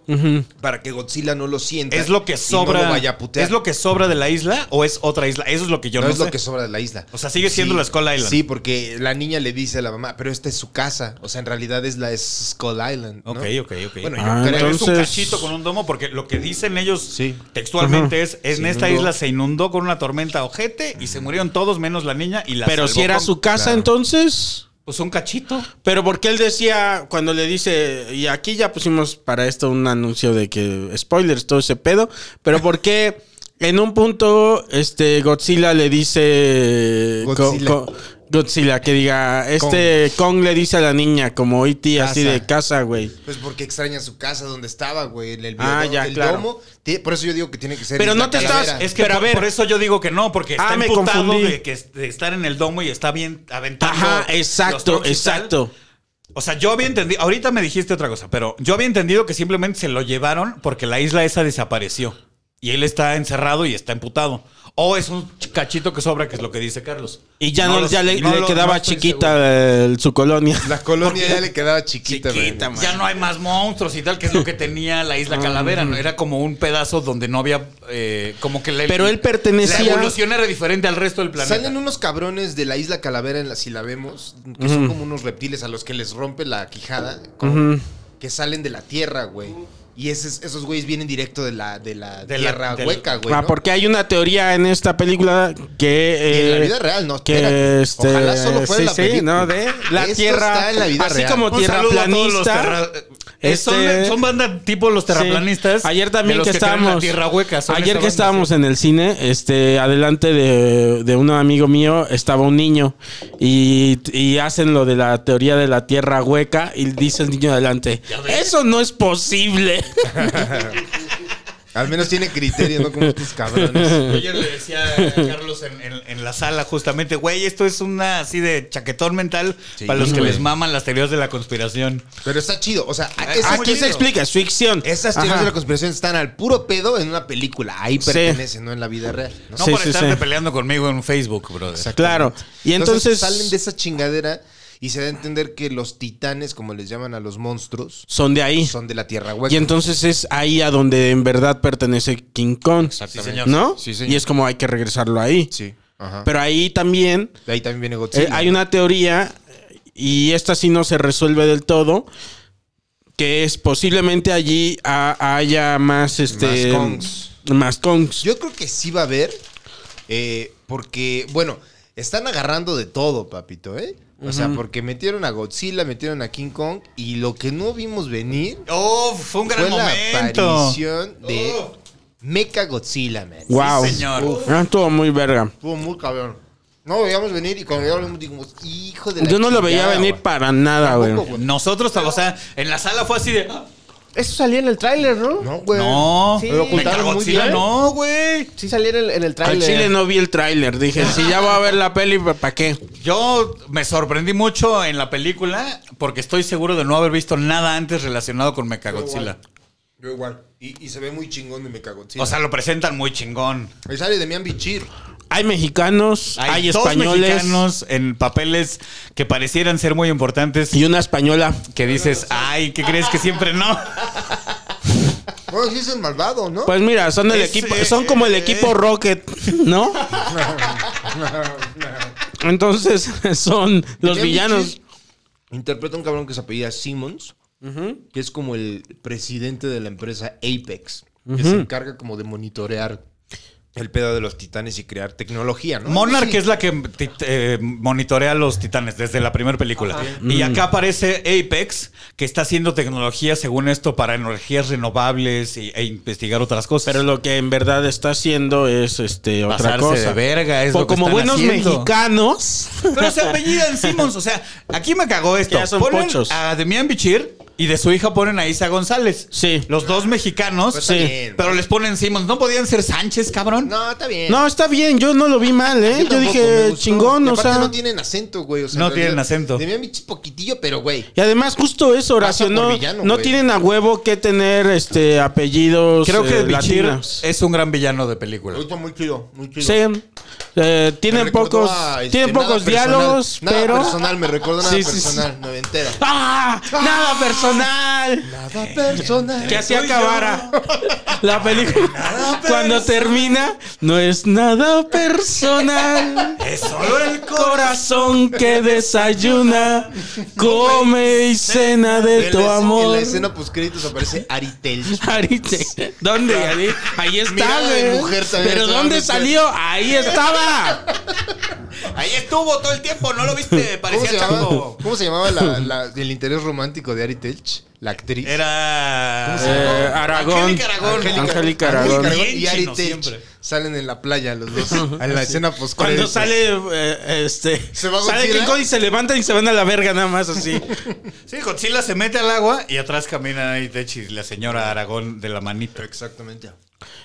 [SPEAKER 2] para que Godzilla no lo sienta.
[SPEAKER 9] ¿Es lo
[SPEAKER 2] y
[SPEAKER 9] que
[SPEAKER 2] no
[SPEAKER 9] sobra?
[SPEAKER 2] lo vaya a putear.
[SPEAKER 9] ¿Es lo que sobra de la isla o es otra isla? Eso es lo que yo
[SPEAKER 2] no,
[SPEAKER 9] no,
[SPEAKER 2] es lo
[SPEAKER 9] sé.
[SPEAKER 2] que sobra de la isla.
[SPEAKER 9] O sea, sigue siendo la Skull Island.
[SPEAKER 2] Sí, porque la niña le dice a la mamá, pero esta es su casa. O sea, en realidad es la Skull Island. ¿no?
[SPEAKER 9] Ok, ok, ok.
[SPEAKER 2] Bueno, yo
[SPEAKER 8] Ah,
[SPEAKER 2] creo que es
[SPEAKER 9] Es un
[SPEAKER 8] entonces-
[SPEAKER 9] cachito con un domo, porque lo que dicen ellos
[SPEAKER 2] Sí.
[SPEAKER 9] textualmente es: en
[SPEAKER 2] Se
[SPEAKER 9] esta
[SPEAKER 2] inundó.
[SPEAKER 9] isla se inundó con una tormenta ojete y se murieron todos menos la niña y la
[SPEAKER 8] Pero
[SPEAKER 9] salvó
[SPEAKER 8] si era
[SPEAKER 9] con-
[SPEAKER 8] su casa
[SPEAKER 2] Claro.
[SPEAKER 8] entonces...
[SPEAKER 9] Pues un cachito.
[SPEAKER 8] Pero porque él decía, cuando le dice, y aquí ya pusimos para esto un anuncio de que spoilers, todo ese pedo, pero porque en un punto este Godzilla le dice... co-
[SPEAKER 2] Godzilla.
[SPEAKER 8] co- Godzilla, que diga, este Kong, le dice a la niña como E.T. así
[SPEAKER 2] Casa.
[SPEAKER 8] de casa, güey.
[SPEAKER 2] Pues porque extraña su casa donde estaba, güey, en el
[SPEAKER 8] Ah,
[SPEAKER 2] biodón
[SPEAKER 8] ya,
[SPEAKER 2] del
[SPEAKER 8] claro.
[SPEAKER 2] domo. Ti- Por eso yo digo que tiene que ser.
[SPEAKER 8] Pero
[SPEAKER 2] Isla
[SPEAKER 8] no te
[SPEAKER 2] Calavera.
[SPEAKER 8] estás-
[SPEAKER 9] Es que
[SPEAKER 8] Pero a
[SPEAKER 9] por,
[SPEAKER 8] ver.
[SPEAKER 9] por eso yo digo que no, porque está
[SPEAKER 8] Ah, me
[SPEAKER 9] emputado
[SPEAKER 8] confundí.
[SPEAKER 9] de, que, de estar en el domo y está bien aventando.
[SPEAKER 8] Ajá,
[SPEAKER 9] los
[SPEAKER 8] exacto,
[SPEAKER 9] trucos y tal.
[SPEAKER 8] exacto.
[SPEAKER 9] O sea, yo había entendido, ahorita me dijiste otra cosa, pero yo había entendido que simplemente se lo llevaron porque la isla esa desapareció. Y él está encerrado y está emputado. O es un cachito que sobra, que es lo que dice Carlos.
[SPEAKER 8] Y ya no,
[SPEAKER 9] lo-
[SPEAKER 8] ya le,
[SPEAKER 9] no
[SPEAKER 8] le
[SPEAKER 9] lo-
[SPEAKER 8] quedaba
[SPEAKER 9] no estoy seguro.
[SPEAKER 8] chiquita el- su colonia.
[SPEAKER 2] La colonia ya le quedaba chiquita, güey.
[SPEAKER 8] Chiquita, man.
[SPEAKER 9] Ya no hay más monstruos y tal, que es lo que tenía la
[SPEAKER 8] Mm.
[SPEAKER 9] isla Calavera, ¿no? Era como un pedazo donde no había. eh, como que la,
[SPEAKER 8] Pero él pertenecía-
[SPEAKER 9] La evolución era diferente al resto del planeta.
[SPEAKER 2] Salen unos cabrones de la isla Calavera, en la, si la vemos, que son como unos reptiles a los que les rompe la quijada, como- que salen de la tierra, güey. Y esos, esos güeyes vienen directo de la, de la
[SPEAKER 9] De la-
[SPEAKER 2] tierra
[SPEAKER 9] del-
[SPEAKER 2] hueca, güey.
[SPEAKER 8] Ah,
[SPEAKER 2] ¿no?
[SPEAKER 8] porque hay una teoría en esta película que.
[SPEAKER 2] Y en la
[SPEAKER 8] eh,
[SPEAKER 2] vida real, no,
[SPEAKER 8] Que
[SPEAKER 2] espérate.
[SPEAKER 8] este,
[SPEAKER 2] Ojalá solo fuera
[SPEAKER 8] sí,
[SPEAKER 2] la
[SPEAKER 8] sí,
[SPEAKER 2] película.
[SPEAKER 8] no, de la
[SPEAKER 2] Esto
[SPEAKER 8] tierra.
[SPEAKER 2] está en la vida
[SPEAKER 8] así
[SPEAKER 2] real.
[SPEAKER 8] como
[SPEAKER 9] Un
[SPEAKER 8] tierra
[SPEAKER 9] saludo a todos los
[SPEAKER 8] planista.
[SPEAKER 9] terra- eh, son-
[SPEAKER 8] este-
[SPEAKER 9] son, bandas tipo los terraplanistas.
[SPEAKER 8] Sí. Ayer
[SPEAKER 9] de
[SPEAKER 8] también
[SPEAKER 9] los
[SPEAKER 8] que,
[SPEAKER 9] creen
[SPEAKER 8] estábamos.
[SPEAKER 9] La tierra hueca. son
[SPEAKER 8] ayer
[SPEAKER 9] esa
[SPEAKER 8] que
[SPEAKER 9] banda,
[SPEAKER 8] estábamos
[SPEAKER 9] sí.
[SPEAKER 8] en el cine, este, adelante de, de un amigo mío estaba un niño y, y hacen lo de la teoría de la tierra hueca y dice el niño adelante, eso no es posible.
[SPEAKER 2] Al menos tiene criterio, ¿no? Como estos cabrones.
[SPEAKER 9] Ayer le decía a Carlos en, en- en la sala justamente, güey, esto es una así de chaquetón mental
[SPEAKER 2] Sí,
[SPEAKER 9] para los que
[SPEAKER 2] güey.
[SPEAKER 9] les maman las teorías de la conspiración.
[SPEAKER 2] Pero está chido, o sea,
[SPEAKER 9] Ah,
[SPEAKER 2] esas-
[SPEAKER 9] muy
[SPEAKER 8] Aquí se
[SPEAKER 9] chido.
[SPEAKER 8] explica, es ficción.
[SPEAKER 2] esas teorías
[SPEAKER 8] Ajá.
[SPEAKER 2] de la conspiración están al puro pedo en una película. Ahí
[SPEAKER 8] Sí.
[SPEAKER 2] pertenecen, no en la vida real. ¿no?
[SPEAKER 9] No
[SPEAKER 8] Sí,
[SPEAKER 9] por
[SPEAKER 8] sí,
[SPEAKER 9] estarte
[SPEAKER 8] sí.
[SPEAKER 9] peleando conmigo en Facebook, brother.
[SPEAKER 8] Claro. Y entonces,
[SPEAKER 2] salen de esa chingadera y se da a entender que los titanes, como les llaman a los monstruos,
[SPEAKER 8] son de ahí.
[SPEAKER 2] son de la tierra hueca.
[SPEAKER 8] Y entonces es ahí a donde en verdad pertenece King Kong.
[SPEAKER 9] Sí, señor.
[SPEAKER 8] ¿No?
[SPEAKER 2] Sí, señor.
[SPEAKER 8] Y es como hay que regresarlo ahí.
[SPEAKER 2] Sí. Ah. Ajá.
[SPEAKER 8] Pero ahí también
[SPEAKER 2] de ahí también viene
[SPEAKER 8] eh,
[SPEAKER 2] Godzilla.
[SPEAKER 8] hay una teoría, y esta sí no se resuelve del todo, que es posiblemente allí ha- haya más este
[SPEAKER 2] Más Kongs.
[SPEAKER 8] más Kongs.
[SPEAKER 2] Yo creo que sí va a haber, eh, porque, bueno, están agarrando de todo, papito, ¿eh? O sea, porque metieron a Godzilla, metieron a King Kong, y lo que no vimos venir
[SPEAKER 9] ¡Oh! Fue un gran
[SPEAKER 2] fue
[SPEAKER 9] momento.
[SPEAKER 2] la aparición de
[SPEAKER 9] Oh.
[SPEAKER 2] Mecha Godzilla, man.
[SPEAKER 8] wow.
[SPEAKER 9] señor.
[SPEAKER 8] Uf. Ah, estuvo muy verga.
[SPEAKER 2] Estuvo muy cabrón. No lo veíamos venir y cuando ya lo vimos dijimos, hijo de la
[SPEAKER 8] Yo no lo veía
[SPEAKER 2] chingada,
[SPEAKER 8] venir
[SPEAKER 2] güey".
[SPEAKER 8] para nada, güey.
[SPEAKER 2] Tampoco, güey.
[SPEAKER 9] Nosotros, o sea, en la sala fue así de. "Ah,
[SPEAKER 7] Eso salía en el tráiler, ¿no?
[SPEAKER 2] No, güey.
[SPEAKER 9] No,
[SPEAKER 7] Sí.
[SPEAKER 2] Lo ocultaron muy
[SPEAKER 9] Mechagodzilla,
[SPEAKER 2] bien.
[SPEAKER 9] no, güey.
[SPEAKER 7] Sí salía en el, en el
[SPEAKER 8] Al
[SPEAKER 7] tráiler.
[SPEAKER 8] chile no vi el tráiler. Dije, si ya voy a ver la peli, ¿para qué?
[SPEAKER 9] Yo me sorprendí mucho en la película porque estoy seguro de no haber visto nada antes relacionado con Mechagodzilla.
[SPEAKER 2] Yo igual. Y, y se ve muy chingón de Mecha Godzilla.
[SPEAKER 9] O sea, lo presentan muy chingón.
[SPEAKER 2] y sale Demian Bichir.
[SPEAKER 8] Hay mexicanos, hay,
[SPEAKER 9] dos
[SPEAKER 8] españoles
[SPEAKER 9] mexicanos en papeles que parecieran ser muy importantes
[SPEAKER 8] y una española.
[SPEAKER 9] que dices, ay, ¿qué crees que siempre no?
[SPEAKER 2] Bueno, sí es el malvado, ¿no?
[SPEAKER 8] Pues mira, son el
[SPEAKER 9] Es,
[SPEAKER 8] equipo,
[SPEAKER 9] eh,
[SPEAKER 8] son como el
[SPEAKER 9] eh,
[SPEAKER 8] equipo Rocket, ¿no? Entonces son los
[SPEAKER 2] Demian
[SPEAKER 8] villanos.
[SPEAKER 2] Bichir Interpreta a un cabrón que se apellida Simmons, que es como el presidente de la empresa Apex, que se encarga como de monitorear el pedo de los titanes y crear tecnología, ¿no?
[SPEAKER 9] Monarch
[SPEAKER 2] Sí.
[SPEAKER 9] es la que ti- eh, monitorea a los titanes desde la primera película.
[SPEAKER 8] Mm.
[SPEAKER 9] Y acá aparece Apex, que está haciendo tecnología, según esto, para energías renovables y- e investigar otras cosas.
[SPEAKER 8] Pero lo que en verdad está haciendo es este otra
[SPEAKER 9] Pasarse
[SPEAKER 8] cosa.
[SPEAKER 9] de verga, es
[SPEAKER 8] O
[SPEAKER 9] lo que
[SPEAKER 8] como
[SPEAKER 9] están
[SPEAKER 8] buenos
[SPEAKER 9] haciendo.
[SPEAKER 8] mexicanos.
[SPEAKER 9] Pero se apellidan Simmons. O sea, aquí me cagó esto.
[SPEAKER 8] Ya son
[SPEAKER 9] ponen
[SPEAKER 8] pochos.
[SPEAKER 9] a Demian Bichir y de su hija ponen a Isa González.
[SPEAKER 8] Sí.
[SPEAKER 9] Los dos mexicanos.
[SPEAKER 2] Pues está
[SPEAKER 8] sí.
[SPEAKER 2] bien.
[SPEAKER 9] Pero les ponen Simmons. ¿No podían ser Sánchez, cabrón?
[SPEAKER 2] No, está bien.
[SPEAKER 8] No, está bien, yo no lo vi mal, ¿eh? Yo,
[SPEAKER 2] tampoco, me
[SPEAKER 8] dije
[SPEAKER 2] gustó.
[SPEAKER 8] chingón,
[SPEAKER 2] Y
[SPEAKER 8] o
[SPEAKER 2] aparte
[SPEAKER 8] sea.
[SPEAKER 2] no tienen acento, güey. o sea,
[SPEAKER 9] No
[SPEAKER 2] en realidad,
[SPEAKER 9] tienen acento.
[SPEAKER 2] Demian Bichir poquitillo, pero güey.
[SPEAKER 8] Y además justo eso, Horacio,
[SPEAKER 2] por
[SPEAKER 8] no,
[SPEAKER 2] villano,
[SPEAKER 8] no
[SPEAKER 2] güey.
[SPEAKER 8] tienen a huevo que tener este apellidos
[SPEAKER 9] Creo que
[SPEAKER 8] eh,
[SPEAKER 9] Bichir
[SPEAKER 8] latinos.
[SPEAKER 9] es un gran villano de película.
[SPEAKER 2] Ahorita muy chido, muy chido.
[SPEAKER 8] Sí. Eh,
[SPEAKER 2] Me
[SPEAKER 8] tienen
[SPEAKER 2] recordó
[SPEAKER 8] pocos
[SPEAKER 2] a, este,
[SPEAKER 8] tienen
[SPEAKER 2] nada
[SPEAKER 8] pocos
[SPEAKER 2] personal,
[SPEAKER 8] diálogos,
[SPEAKER 2] nada
[SPEAKER 8] pero
[SPEAKER 2] personal, me recuerda nada
[SPEAKER 8] Sí, sí, sí.
[SPEAKER 2] personal, noventera.
[SPEAKER 8] ¡Ah! ¡Nada personal!
[SPEAKER 2] Nada personal.
[SPEAKER 8] Que así acabara la película. Cuando termina, no es nada personal.
[SPEAKER 9] Es solo el
[SPEAKER 8] Corazón que desayuna, come y cena de
[SPEAKER 2] En
[SPEAKER 8] tu
[SPEAKER 2] la- En
[SPEAKER 8] amor.
[SPEAKER 2] la escena post créditos aparece Aritel.
[SPEAKER 8] Ari, te- ¿Dónde, Ari? Ahí está,
[SPEAKER 2] Mirada de
[SPEAKER 8] güey.
[SPEAKER 2] mujer también
[SPEAKER 8] Pero
[SPEAKER 2] estaba
[SPEAKER 8] ¿dónde
[SPEAKER 2] metido.
[SPEAKER 8] salió? Ahí estaba.
[SPEAKER 9] Ahí estuvo todo el tiempo, ¿no lo viste?
[SPEAKER 2] ¿Cómo se
[SPEAKER 9] Parecía
[SPEAKER 2] llamaba,
[SPEAKER 9] chango.
[SPEAKER 2] ¿Cómo se llamaba la- la- el interés romántico de Ari Telch? La actriz.
[SPEAKER 9] Era.
[SPEAKER 8] Eh, Aragón.
[SPEAKER 9] Angélica Aragón.
[SPEAKER 8] Angélica
[SPEAKER 2] Angélica
[SPEAKER 8] Aragón.
[SPEAKER 2] Aragón y
[SPEAKER 9] Bien
[SPEAKER 2] Ari
[SPEAKER 9] chino
[SPEAKER 2] Telch
[SPEAKER 9] siempre.
[SPEAKER 2] salen en la playa los dos. En la escena post
[SPEAKER 8] Cuando sale, eh, este,
[SPEAKER 2] Se va a
[SPEAKER 8] sale
[SPEAKER 2] Godzilla.
[SPEAKER 8] King Kong y se levantan y se van a la verga nada más así.
[SPEAKER 9] Sí, Godzilla se mete al agua y atrás camina ahí Techi, la señora Aragón de la manita.
[SPEAKER 2] Exactamente.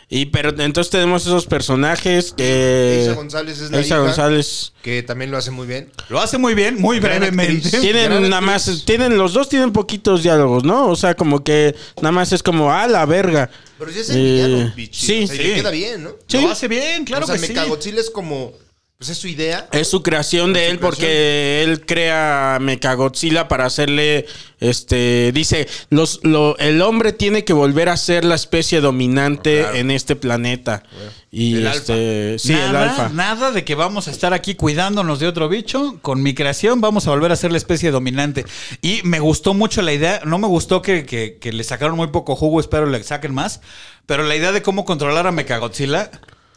[SPEAKER 8] Y pero entonces tenemos esos personajes que
[SPEAKER 2] Isa González es la
[SPEAKER 8] Isa
[SPEAKER 2] hija.
[SPEAKER 8] González.
[SPEAKER 2] Que también lo hace muy bien.
[SPEAKER 9] Lo hace muy bien, muy
[SPEAKER 2] Gran
[SPEAKER 9] brevemente.
[SPEAKER 2] actriz.
[SPEAKER 8] Tienen
[SPEAKER 2] Gran
[SPEAKER 8] nada
[SPEAKER 2] actriz.
[SPEAKER 8] más, tienen los dos tienen poquitos diálogos, ¿no? O sea, como que nada más es como ah la verga.
[SPEAKER 2] Pero si es el
[SPEAKER 8] Eh,
[SPEAKER 2] villano, bichi.
[SPEAKER 8] sí,
[SPEAKER 2] O sea,
[SPEAKER 9] sí.
[SPEAKER 2] le queda bien, ¿no?
[SPEAKER 8] Sí.
[SPEAKER 9] Lo hace bien, claro
[SPEAKER 2] o sea,
[SPEAKER 9] que sí.
[SPEAKER 2] Mechagodzilla es como. Pues es su idea.
[SPEAKER 8] Es su creación de
[SPEAKER 2] Es su
[SPEAKER 8] él porque él crea Mechagodzilla para hacerle, este, dice, los, lo- el hombre tiene que volver a ser la especie dominante en este planeta. Y
[SPEAKER 2] Oh, El
[SPEAKER 8] este, sí,
[SPEAKER 9] nada,
[SPEAKER 8] el alfa.
[SPEAKER 9] Nada de que vamos a estar aquí cuidándonos de otro bicho. Con mi creación vamos a volver a ser la especie dominante. Y me gustó mucho la idea. No me gustó que, que- que le sacaron muy poco jugo, espero le saquen más. Pero la idea de cómo controlar a Mechagodzilla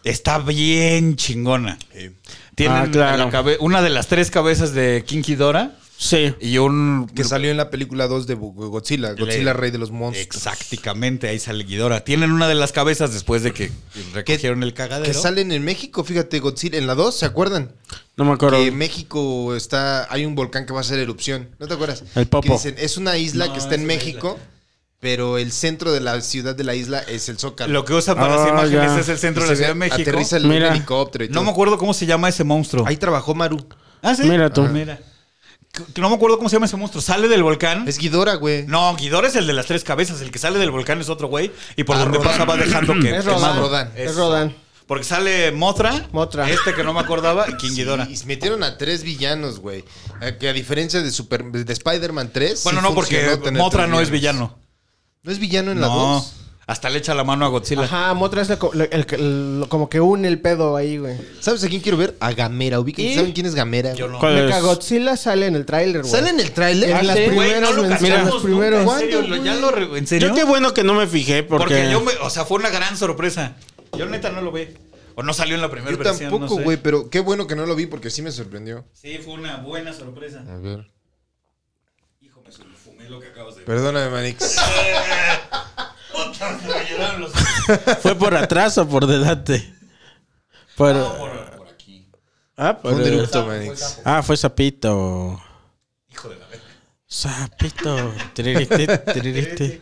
[SPEAKER 9] está bien chingona. Tienen
[SPEAKER 8] Ah, claro.
[SPEAKER 9] la cabe- una de las tres cabezas de King Ghidorah
[SPEAKER 8] Sí.
[SPEAKER 9] y un...
[SPEAKER 2] Que salió en la película 2 de Bu- Godzilla. Godzilla, Rey de los Monstruos.
[SPEAKER 9] Exactamente, ahí sale Ghidorah. Tienen una de las cabezas después de que recogieron el cagadero.
[SPEAKER 2] Que salen en México, fíjate, Godzilla. En la 2, ¿se acuerdan?
[SPEAKER 8] No me acuerdo.
[SPEAKER 2] que México está, hay un volcán que va a hacer erupción, ¿no te acuerdas?
[SPEAKER 8] El Popo.
[SPEAKER 2] Que dicen, es una isla
[SPEAKER 9] No,
[SPEAKER 2] que está
[SPEAKER 9] es
[SPEAKER 2] en
[SPEAKER 9] una
[SPEAKER 2] México, pero el centro de la ciudad de la isla es el Zócalo.
[SPEAKER 9] Lo que usan para
[SPEAKER 8] Ah,
[SPEAKER 9] las imágenes
[SPEAKER 8] ya.
[SPEAKER 9] es el centro
[SPEAKER 2] Y
[SPEAKER 9] de
[SPEAKER 2] se
[SPEAKER 9] la Ciudad de
[SPEAKER 2] ve-
[SPEAKER 9] México.
[SPEAKER 2] Aterriza el
[SPEAKER 8] Mira.
[SPEAKER 2] helicóptero y
[SPEAKER 9] No
[SPEAKER 2] todo.
[SPEAKER 9] me acuerdo cómo se llama ese monstruo.
[SPEAKER 2] Ahí trabajó Maru.
[SPEAKER 9] Ah, sí.
[SPEAKER 8] Mira tú.
[SPEAKER 9] Ah, Mira. Que- No me acuerdo cómo se llama ese monstruo. Sale del volcán.
[SPEAKER 2] Es Guidora, güey.
[SPEAKER 9] No, Guidor es el de las tres cabezas. El que sale del volcán es otro güey. Y por
[SPEAKER 2] Ah,
[SPEAKER 9] donde
[SPEAKER 2] Rodan.
[SPEAKER 9] pasa va dejando que.
[SPEAKER 7] Es
[SPEAKER 9] que
[SPEAKER 7] Rodan.
[SPEAKER 9] mame.
[SPEAKER 2] Rodan.
[SPEAKER 7] Es
[SPEAKER 9] Eso.
[SPEAKER 7] Rodan.
[SPEAKER 9] Porque sale Mothra.
[SPEAKER 7] Mothra.
[SPEAKER 9] Este que no me acordaba. Y King Ghidorah.
[SPEAKER 2] Y metieron a tres villanos, güey. A- Que a diferencia de, Super- de Spider-Man 3.
[SPEAKER 9] Bueno,
[SPEAKER 2] sí
[SPEAKER 9] no, porque
[SPEAKER 2] funcionó tener
[SPEAKER 9] Mothra
[SPEAKER 2] tres
[SPEAKER 9] no es
[SPEAKER 2] villanos.
[SPEAKER 9] villano.
[SPEAKER 2] ¿No es villano en la
[SPEAKER 9] No.
[SPEAKER 2] 2?
[SPEAKER 9] Hasta le echa la mano a Godzilla.
[SPEAKER 7] Ajá, Motra es la co- la- el- el- lo- como que une el pedo ahí, güey.
[SPEAKER 2] ¿Sabes a quién quiero ver? A Gamera. Ubiquen.
[SPEAKER 8] ¿Eh?
[SPEAKER 7] ¿Y?
[SPEAKER 2] ¿Saben quién es Gamera?
[SPEAKER 9] Yo no.
[SPEAKER 8] ¿Cuál es?
[SPEAKER 7] Mecha Godzilla sale en el tráiler, güey.
[SPEAKER 2] ¿Sale en el tráiler? Ah,
[SPEAKER 7] En las
[SPEAKER 9] Güey,
[SPEAKER 7] primeras
[SPEAKER 9] no lo
[SPEAKER 7] menciones,
[SPEAKER 9] cachamos
[SPEAKER 7] los
[SPEAKER 9] nunca,
[SPEAKER 7] primeros.
[SPEAKER 9] en serio, lo- ya lo re- ¿En serio?
[SPEAKER 8] Yo qué bueno que no me fijé porque...
[SPEAKER 9] porque... yo me... O sea, fue una gran sorpresa. Yo neta no lo vi. O no salió en la primera
[SPEAKER 2] Yo
[SPEAKER 9] versión, no
[SPEAKER 2] tampoco,
[SPEAKER 9] sé.
[SPEAKER 2] güey, pero qué bueno que no lo vi porque sí me sorprendió.
[SPEAKER 9] Sí, fue una buena sorpresa.
[SPEAKER 2] A ver.
[SPEAKER 9] Hijo, me fumé lo que acabas de
[SPEAKER 2] Perdóname, Manix.
[SPEAKER 9] Puta, se me llenaron los-
[SPEAKER 8] ¿Fue por atrás o por delante? Por-
[SPEAKER 9] por, por aquí.
[SPEAKER 8] Ah, por-
[SPEAKER 2] Un eructo, Manix.
[SPEAKER 8] Ah, fue Sapito.
[SPEAKER 9] Hijo de la verga.
[SPEAKER 8] Sapito. Tiririti, tiririti.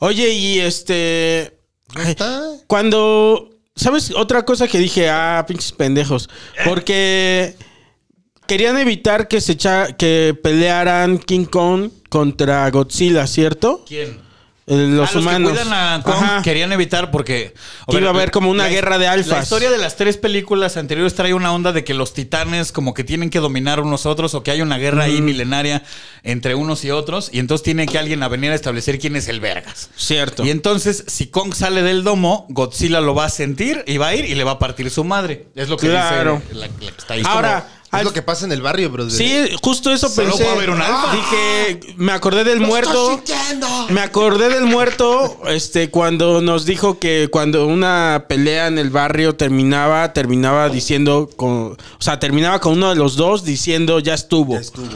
[SPEAKER 8] Oye, y este. ay,
[SPEAKER 2] ¿Está?
[SPEAKER 8] Cuando. ¿Sabes? Otra cosa que dije, ah, pinches pendejos. Porque. Querían evitar que se echa- que pelearan King Kong contra Godzilla, ¿cierto?
[SPEAKER 9] ¿Quién?
[SPEAKER 8] Eh, Los,
[SPEAKER 9] Ah,
[SPEAKER 8] humanos.
[SPEAKER 9] que cuidan a Kong
[SPEAKER 8] Ajá.
[SPEAKER 9] querían evitar porque
[SPEAKER 8] Que iba a haber como una guerra de alfas.
[SPEAKER 9] La historia de las tres películas anteriores trae una onda de que los titanes como que tienen que dominar unos a otros o que hay una guerra
[SPEAKER 8] Mm.
[SPEAKER 9] ahí milenaria entre unos y otros y entonces tiene que alguien a venir a establecer quién es el vergas.
[SPEAKER 8] Cierto.
[SPEAKER 9] Y entonces si Kong sale del domo, Godzilla lo va a sentir y va a ir y le va a partir su madre. Es lo que
[SPEAKER 8] Claro.
[SPEAKER 9] dice la, la que está ahí.
[SPEAKER 8] Ahora.
[SPEAKER 2] Es
[SPEAKER 8] al-
[SPEAKER 2] lo que pasa en el barrio, brother.
[SPEAKER 8] Sí, justo eso
[SPEAKER 9] Solo
[SPEAKER 8] pensé.
[SPEAKER 9] puede haber un alfa.
[SPEAKER 8] Dije, me acordé del muerto. Me acordé del muerto, este, cuando nos dijo que cuando una pelea en el barrio terminaba, terminaba diciendo, con, o sea, terminaba con uno de los dos diciendo ya estuvo, ya estuvo,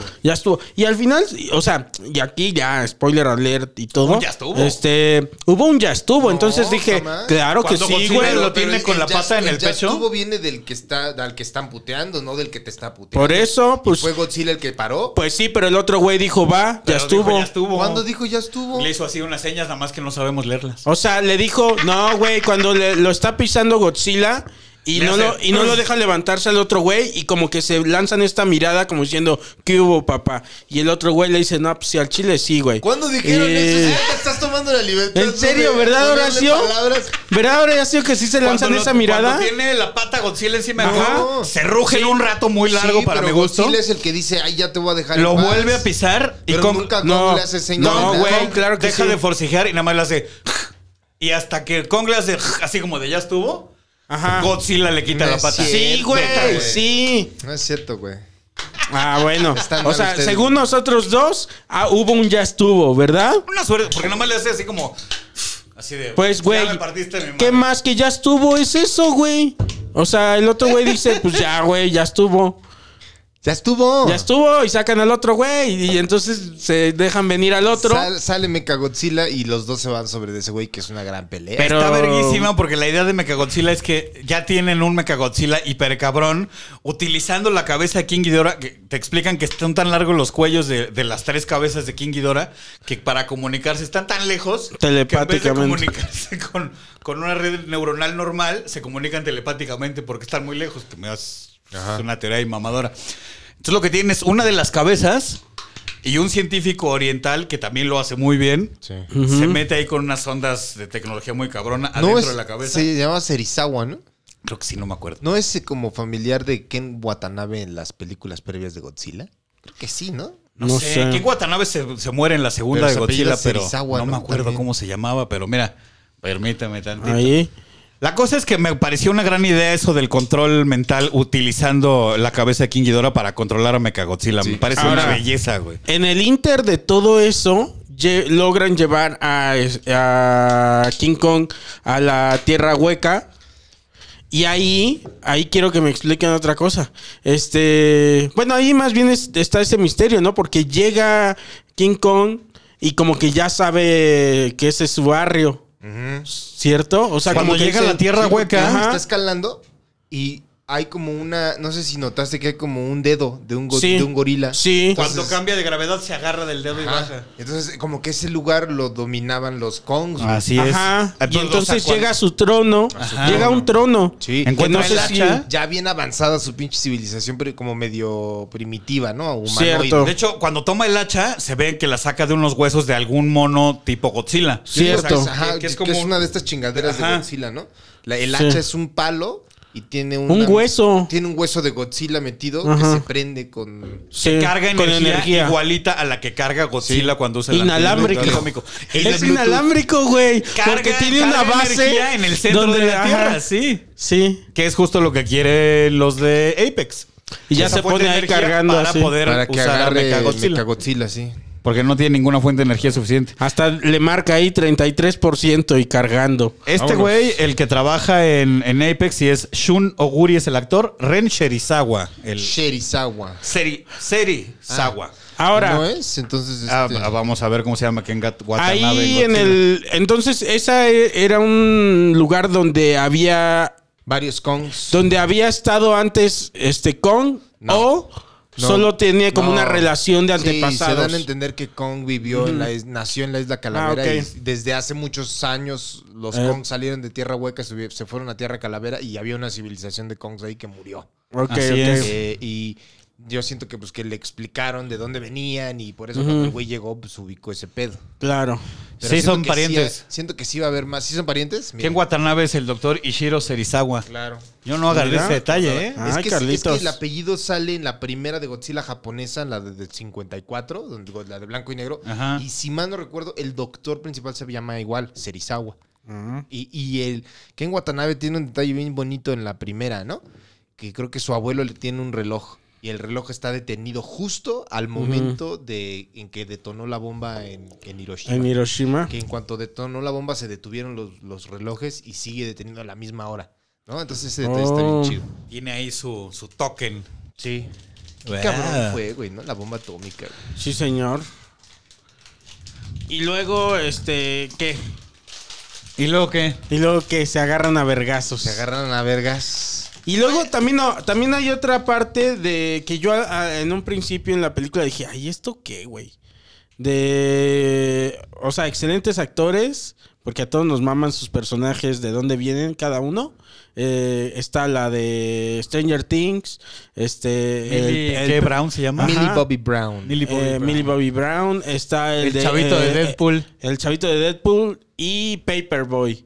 [SPEAKER 8] Y al final, o sea, y aquí ya spoiler alert y todo.
[SPEAKER 9] Un ya estuvo.
[SPEAKER 8] Este, hubo un ya estuvo, entonces dije,
[SPEAKER 2] jamás.
[SPEAKER 8] claro que
[SPEAKER 9] Cuando
[SPEAKER 8] sí,
[SPEAKER 9] Godzilla
[SPEAKER 8] güey.
[SPEAKER 9] lo tiene
[SPEAKER 2] es
[SPEAKER 9] con
[SPEAKER 2] que
[SPEAKER 9] la pata en el
[SPEAKER 2] ya
[SPEAKER 9] pecho.
[SPEAKER 2] estuvo viene del que está, al que están puteando, no del que te está puteando.
[SPEAKER 8] Por eso,
[SPEAKER 2] ¿Y
[SPEAKER 8] pues,
[SPEAKER 2] fue Godzilla el que paró.
[SPEAKER 8] pues sí, pero el otro güey dijo va, ya
[SPEAKER 9] Pero dijo,
[SPEAKER 8] estuvo.
[SPEAKER 9] ya estuvo.
[SPEAKER 2] ¿Cuándo dijo ya estuvo?
[SPEAKER 9] Le hizo así unas señas, nada más que no sabemos leerlas.
[SPEAKER 8] O sea, le dijo, no, güey, cuando le- lo está pisando Godzilla y
[SPEAKER 9] Le
[SPEAKER 8] no,
[SPEAKER 9] hace,
[SPEAKER 8] lo, y no lo deja levantarse al otro güey y como que se lanzan esta mirada como diciendo, ¿qué hubo, papá? Y el otro güey le dice, no, pues si al chile sí, güey.
[SPEAKER 2] ¿Cuándo dijeron
[SPEAKER 8] Eh,
[SPEAKER 2] eso? Sí, te estás tomando la libertad.
[SPEAKER 8] ¿En serio,
[SPEAKER 2] de-
[SPEAKER 8] verdad,
[SPEAKER 2] de darle
[SPEAKER 8] Horacio?
[SPEAKER 2] palabras.
[SPEAKER 8] ¿Verdad, Horacio, que sí se lanzan
[SPEAKER 9] Cuando lo-
[SPEAKER 8] esa mirada?
[SPEAKER 9] Cuando tiene la pata Godzilla encima de
[SPEAKER 8] Ajá.
[SPEAKER 9] Kong, se ruge en un rato Ah, muy largo
[SPEAKER 2] Sí,
[SPEAKER 9] para
[SPEAKER 2] pero
[SPEAKER 9] mi gusto.
[SPEAKER 2] Godzilla es el que dice, ay, ya te voy a dejar. en
[SPEAKER 9] Lo
[SPEAKER 2] paz".
[SPEAKER 9] vuelve a pisar y
[SPEAKER 2] Pero
[SPEAKER 9] Kong
[SPEAKER 2] nunca
[SPEAKER 8] no,
[SPEAKER 2] Kong le hace señas.
[SPEAKER 8] no,
[SPEAKER 2] nada.
[SPEAKER 8] güey. claro que
[SPEAKER 9] deja
[SPEAKER 8] sí.
[SPEAKER 9] de forcejear y nada más le hace. Y hasta que Kong le hace así como de ya estuvo,
[SPEAKER 8] Ajá.
[SPEAKER 9] Godzilla le quita
[SPEAKER 2] No
[SPEAKER 9] la
[SPEAKER 2] es
[SPEAKER 9] pata.
[SPEAKER 2] cierto.
[SPEAKER 8] Sí, güey,
[SPEAKER 2] Neta, güey.
[SPEAKER 8] sí.
[SPEAKER 2] No es cierto, güey.
[SPEAKER 8] Ah, bueno.
[SPEAKER 2] Están
[SPEAKER 8] O
[SPEAKER 2] mal
[SPEAKER 8] sea,
[SPEAKER 2] ustedes.
[SPEAKER 8] según nosotros dos, ah, hubo un ya estuvo, ¿verdad?
[SPEAKER 9] Una suerte, porque nada más le hace así como. Así de.
[SPEAKER 8] Pues,
[SPEAKER 9] "Ya
[SPEAKER 8] güey,
[SPEAKER 9] me partiste mi
[SPEAKER 8] ¿qué
[SPEAKER 9] madre".
[SPEAKER 8] más que ya estuvo es eso, güey? O sea, el otro güey dice, pues ya, güey, ya estuvo.
[SPEAKER 2] Ya estuvo.
[SPEAKER 8] Ya estuvo y sacan al otro güey y entonces se dejan venir al otro.
[SPEAKER 2] Sal- sale Mechagodzilla y los dos se van sobre de ese güey, que es una gran pelea.
[SPEAKER 8] Pero-
[SPEAKER 9] Está verguísima porque la idea de Mechagodzilla es que ya tienen un Mechagodzilla hipercabrón utilizando la cabeza de King Ghidorah. que te explican que están tan largos los cuellos de, de las tres cabezas de King Ghidorah que para comunicarse están tan lejos que en
[SPEAKER 8] Telepáticamente.
[SPEAKER 9] vez de comunicarse con, con una red neuronal normal se comunican telepáticamente porque están muy lejos. Que me das es una teoría ahí mamadora. Entonces lo que tienen es una de las cabezas y un científico oriental que también lo hace muy bien.
[SPEAKER 2] Sí.
[SPEAKER 8] Ujú.
[SPEAKER 9] Se mete ahí con unas ondas de tecnología muy cabrona
[SPEAKER 2] Este, No
[SPEAKER 9] adentro
[SPEAKER 2] es-
[SPEAKER 9] de la cabeza.
[SPEAKER 2] Se llamaba Serizawa, ¿no?
[SPEAKER 9] Creo que sí, no me acuerdo.
[SPEAKER 2] ¿No es eh, como familiar de Ken Watanabe en las películas previas de Godzilla? Creo que sí, ¿no?
[SPEAKER 9] No,
[SPEAKER 8] No
[SPEAKER 9] sé.
[SPEAKER 8] sé.
[SPEAKER 9] King Watanabe se, se muere en la
[SPEAKER 2] Pero
[SPEAKER 9] segunda de
[SPEAKER 2] se apellida
[SPEAKER 9] Godzilla, pero
[SPEAKER 2] Serizawa,
[SPEAKER 9] no, me
[SPEAKER 2] ¿no?
[SPEAKER 9] acuerdo
[SPEAKER 2] También.
[SPEAKER 9] cómo se llamaba, pero mira, permítame tantito.
[SPEAKER 8] Ahí.
[SPEAKER 9] La cosa es que me pareció una gran idea eso del control mental utilizando la cabeza de King Ghidorah para controlar a Mechagodzilla. Me parece
[SPEAKER 8] Ahora-
[SPEAKER 9] una belleza, güey.
[SPEAKER 8] En el inter de todo eso lle- logran llevar a, es- a King Kong a la tierra hueca. Y ahí, ahí quiero que me expliquen otra cosa. Este, bueno, ahí más bien es- está ese misterio, ¿no? Porque llega King Kong y como que ya sabe que ese es su barrio, ¿cierto? O sea,
[SPEAKER 9] Cuando
[SPEAKER 8] como que
[SPEAKER 9] llega a la
[SPEAKER 8] dice-
[SPEAKER 9] tierra
[SPEAKER 2] Sí, porque
[SPEAKER 9] hueca,
[SPEAKER 2] Está
[SPEAKER 8] Ajá.
[SPEAKER 2] escalando y hay como una. No sé si notaste que hay como un dedo de un, go-
[SPEAKER 8] Sí.
[SPEAKER 2] de un gorila.
[SPEAKER 8] Sí.
[SPEAKER 9] cuando
[SPEAKER 2] Entonces-
[SPEAKER 9] cambia de gravedad se agarra del dedo y
[SPEAKER 2] Ajá.
[SPEAKER 9] baja.
[SPEAKER 2] Entonces, como que ese lugar lo dominaban los Kongs. güey.
[SPEAKER 9] Así es.
[SPEAKER 8] Ajá. Y entonces
[SPEAKER 9] llega
[SPEAKER 8] llega a su trono.
[SPEAKER 9] Ajá.
[SPEAKER 8] Llega a un trono.
[SPEAKER 2] Sí.
[SPEAKER 8] Que
[SPEAKER 9] Encuentra
[SPEAKER 8] no sé
[SPEAKER 9] el
[SPEAKER 8] si-
[SPEAKER 9] hacha.
[SPEAKER 2] Ya bien avanzada su pinche civilización, pero como medio primitiva, ¿no? Humanoide.
[SPEAKER 8] Cierto.
[SPEAKER 9] De hecho, cuando toma el hacha, se ve que la saca de unos huesos de algún mono tipo Godzilla.
[SPEAKER 8] Cierto.
[SPEAKER 2] Ajá, que, es una de estas chingaderas
[SPEAKER 9] Ajá.
[SPEAKER 2] de Godzilla, ¿no? La- el
[SPEAKER 8] Sí.
[SPEAKER 2] hacha es un palo y y tiene una-
[SPEAKER 8] Un hueso.
[SPEAKER 2] Tiene un hueso de Godzilla metido
[SPEAKER 8] Ajá.
[SPEAKER 2] que se prende con.
[SPEAKER 8] Sí,
[SPEAKER 9] carga
[SPEAKER 8] con
[SPEAKER 9] energía, igualita a la que carga Godzilla cuando usa el
[SPEAKER 8] Inalámbrico.
[SPEAKER 9] antídoto atómico.
[SPEAKER 8] Es,
[SPEAKER 9] Y la Bluetooth
[SPEAKER 8] inalámbrico, güey.
[SPEAKER 9] carga-
[SPEAKER 8] Porque tiene
[SPEAKER 9] carga
[SPEAKER 8] una base
[SPEAKER 9] energía en el centro
[SPEAKER 8] donde-
[SPEAKER 9] de la
[SPEAKER 8] ajá,
[SPEAKER 9] Tierra, sí.
[SPEAKER 8] Sí.
[SPEAKER 9] Que es justo lo que quieren los de Apex.
[SPEAKER 8] Y ya
[SPEAKER 9] Esa
[SPEAKER 8] se
[SPEAKER 9] fuente
[SPEAKER 8] pone
[SPEAKER 9] de
[SPEAKER 8] ahí
[SPEAKER 9] energía
[SPEAKER 8] cargando
[SPEAKER 9] para
[SPEAKER 8] así.
[SPEAKER 9] poder
[SPEAKER 2] Para que
[SPEAKER 9] usar a
[SPEAKER 2] agarre
[SPEAKER 9] Mechagodzilla.
[SPEAKER 2] Mechagodzilla. sí.
[SPEAKER 10] Porque no tiene ninguna fuente de energía suficiente.
[SPEAKER 8] Hasta le marca ahí 33% y cargando.
[SPEAKER 10] Este
[SPEAKER 8] Vámonos.
[SPEAKER 10] güey, el que trabaja en, en Apex y es Shun Oguri es el actor, Ren Sherizawa. El,
[SPEAKER 2] Sherizawa.
[SPEAKER 9] Seri, Seri, Sawa.
[SPEAKER 8] Ah. Ahora,
[SPEAKER 2] ¿No es? Entonces.
[SPEAKER 10] Ah,
[SPEAKER 2] este,
[SPEAKER 10] ah, vamos a ver cómo se llama Ken Gat- Watanabe.
[SPEAKER 8] ahí en
[SPEAKER 10] Godzilla.
[SPEAKER 8] el. Entonces, esa e- era un lugar donde había.
[SPEAKER 2] varios Kongs.
[SPEAKER 8] Donde había estado antes este Kong.
[SPEAKER 2] No.
[SPEAKER 8] O
[SPEAKER 2] No.
[SPEAKER 8] solo tenía como
[SPEAKER 2] No.
[SPEAKER 8] una relación de
[SPEAKER 2] Sí, se
[SPEAKER 8] antepasados.
[SPEAKER 2] dan a entender que Kong vivió en la is- nació en la isla Calavera
[SPEAKER 8] Ah, ok.
[SPEAKER 2] y desde hace muchos años los
[SPEAKER 8] Eh.
[SPEAKER 2] Kong salieron de Tierra Hueca, se, se fueron a Tierra Calavera y había una civilización de Kongs ahí que murió.
[SPEAKER 8] Ok,
[SPEAKER 10] Así
[SPEAKER 8] ok.
[SPEAKER 10] es.
[SPEAKER 2] Eh, y yo siento que pues que le explicaron de dónde venían y por eso cuando el güey llegó pues ubicó ese pedo.
[SPEAKER 8] Claro.
[SPEAKER 2] Pero
[SPEAKER 10] Sí,
[SPEAKER 2] siento
[SPEAKER 10] son
[SPEAKER 2] que
[SPEAKER 10] parientes.
[SPEAKER 2] a- siento que sí va a haber más. ¿Sí son parientes? Mira.
[SPEAKER 10] Ken Watanabe es el doctor Ishiro Serizawa.
[SPEAKER 2] Claro.
[SPEAKER 10] Yo no agarré
[SPEAKER 8] Mira.
[SPEAKER 10] ese detalle, ¿eh?
[SPEAKER 2] es,
[SPEAKER 8] Ay,
[SPEAKER 2] que, es- es que
[SPEAKER 8] Carlitos.
[SPEAKER 2] el apellido sale en la primera de Godzilla japonesa, en la de, de 54, donde- la de blanco y negro.
[SPEAKER 10] Ajá.
[SPEAKER 2] Y si mal no recuerdo, el doctor principal se llama igual, Serizawa.
[SPEAKER 8] Mm.
[SPEAKER 2] Y, y el Ken Watanabe tiene un detalle bien bonito en la primera, ¿no? Que creo que su abuelo le tiene un reloj. Y el reloj está detenido justo al momento de, en que detonó la bomba en, en Hiroshima.
[SPEAKER 8] En Hiroshima.
[SPEAKER 2] que en cuanto detonó la bomba se detuvieron los, los relojes y sigue detenido a la misma hora. ¿No? Entonces ese detalle está
[SPEAKER 8] Oh.
[SPEAKER 2] bien chido.
[SPEAKER 9] Tiene ahí su, su token.
[SPEAKER 2] Sí.
[SPEAKER 9] Ah.
[SPEAKER 2] Qué cabrón fue, güey, ¿no? La bomba atómica. güey.
[SPEAKER 8] Sí, señor. Y luego, este, ¿qué?
[SPEAKER 10] ¿Y luego qué?
[SPEAKER 8] Y luego que se agarran a vergazos.
[SPEAKER 2] Se agarraron a vergas.
[SPEAKER 8] Y luego también, no, también hay otra parte de que yo ah, en un principio en la película dije, ay, ¿esto qué, güey? De, o sea, excelentes actores, porque a todos nos maman sus personajes, de dónde vienen cada uno. Eh, está la de Stranger Things, este...
[SPEAKER 10] Millie
[SPEAKER 8] el- el-
[SPEAKER 10] K. Brown se llama.
[SPEAKER 2] Millie
[SPEAKER 8] Ajá.
[SPEAKER 2] Bobby Brown.
[SPEAKER 10] Millie Bobby
[SPEAKER 8] eh,
[SPEAKER 10] Brown.
[SPEAKER 8] Millie Bobby Brown, está el, eh,
[SPEAKER 10] El chavito de Deadpool.
[SPEAKER 8] El chavito de Deadpool y Paperboy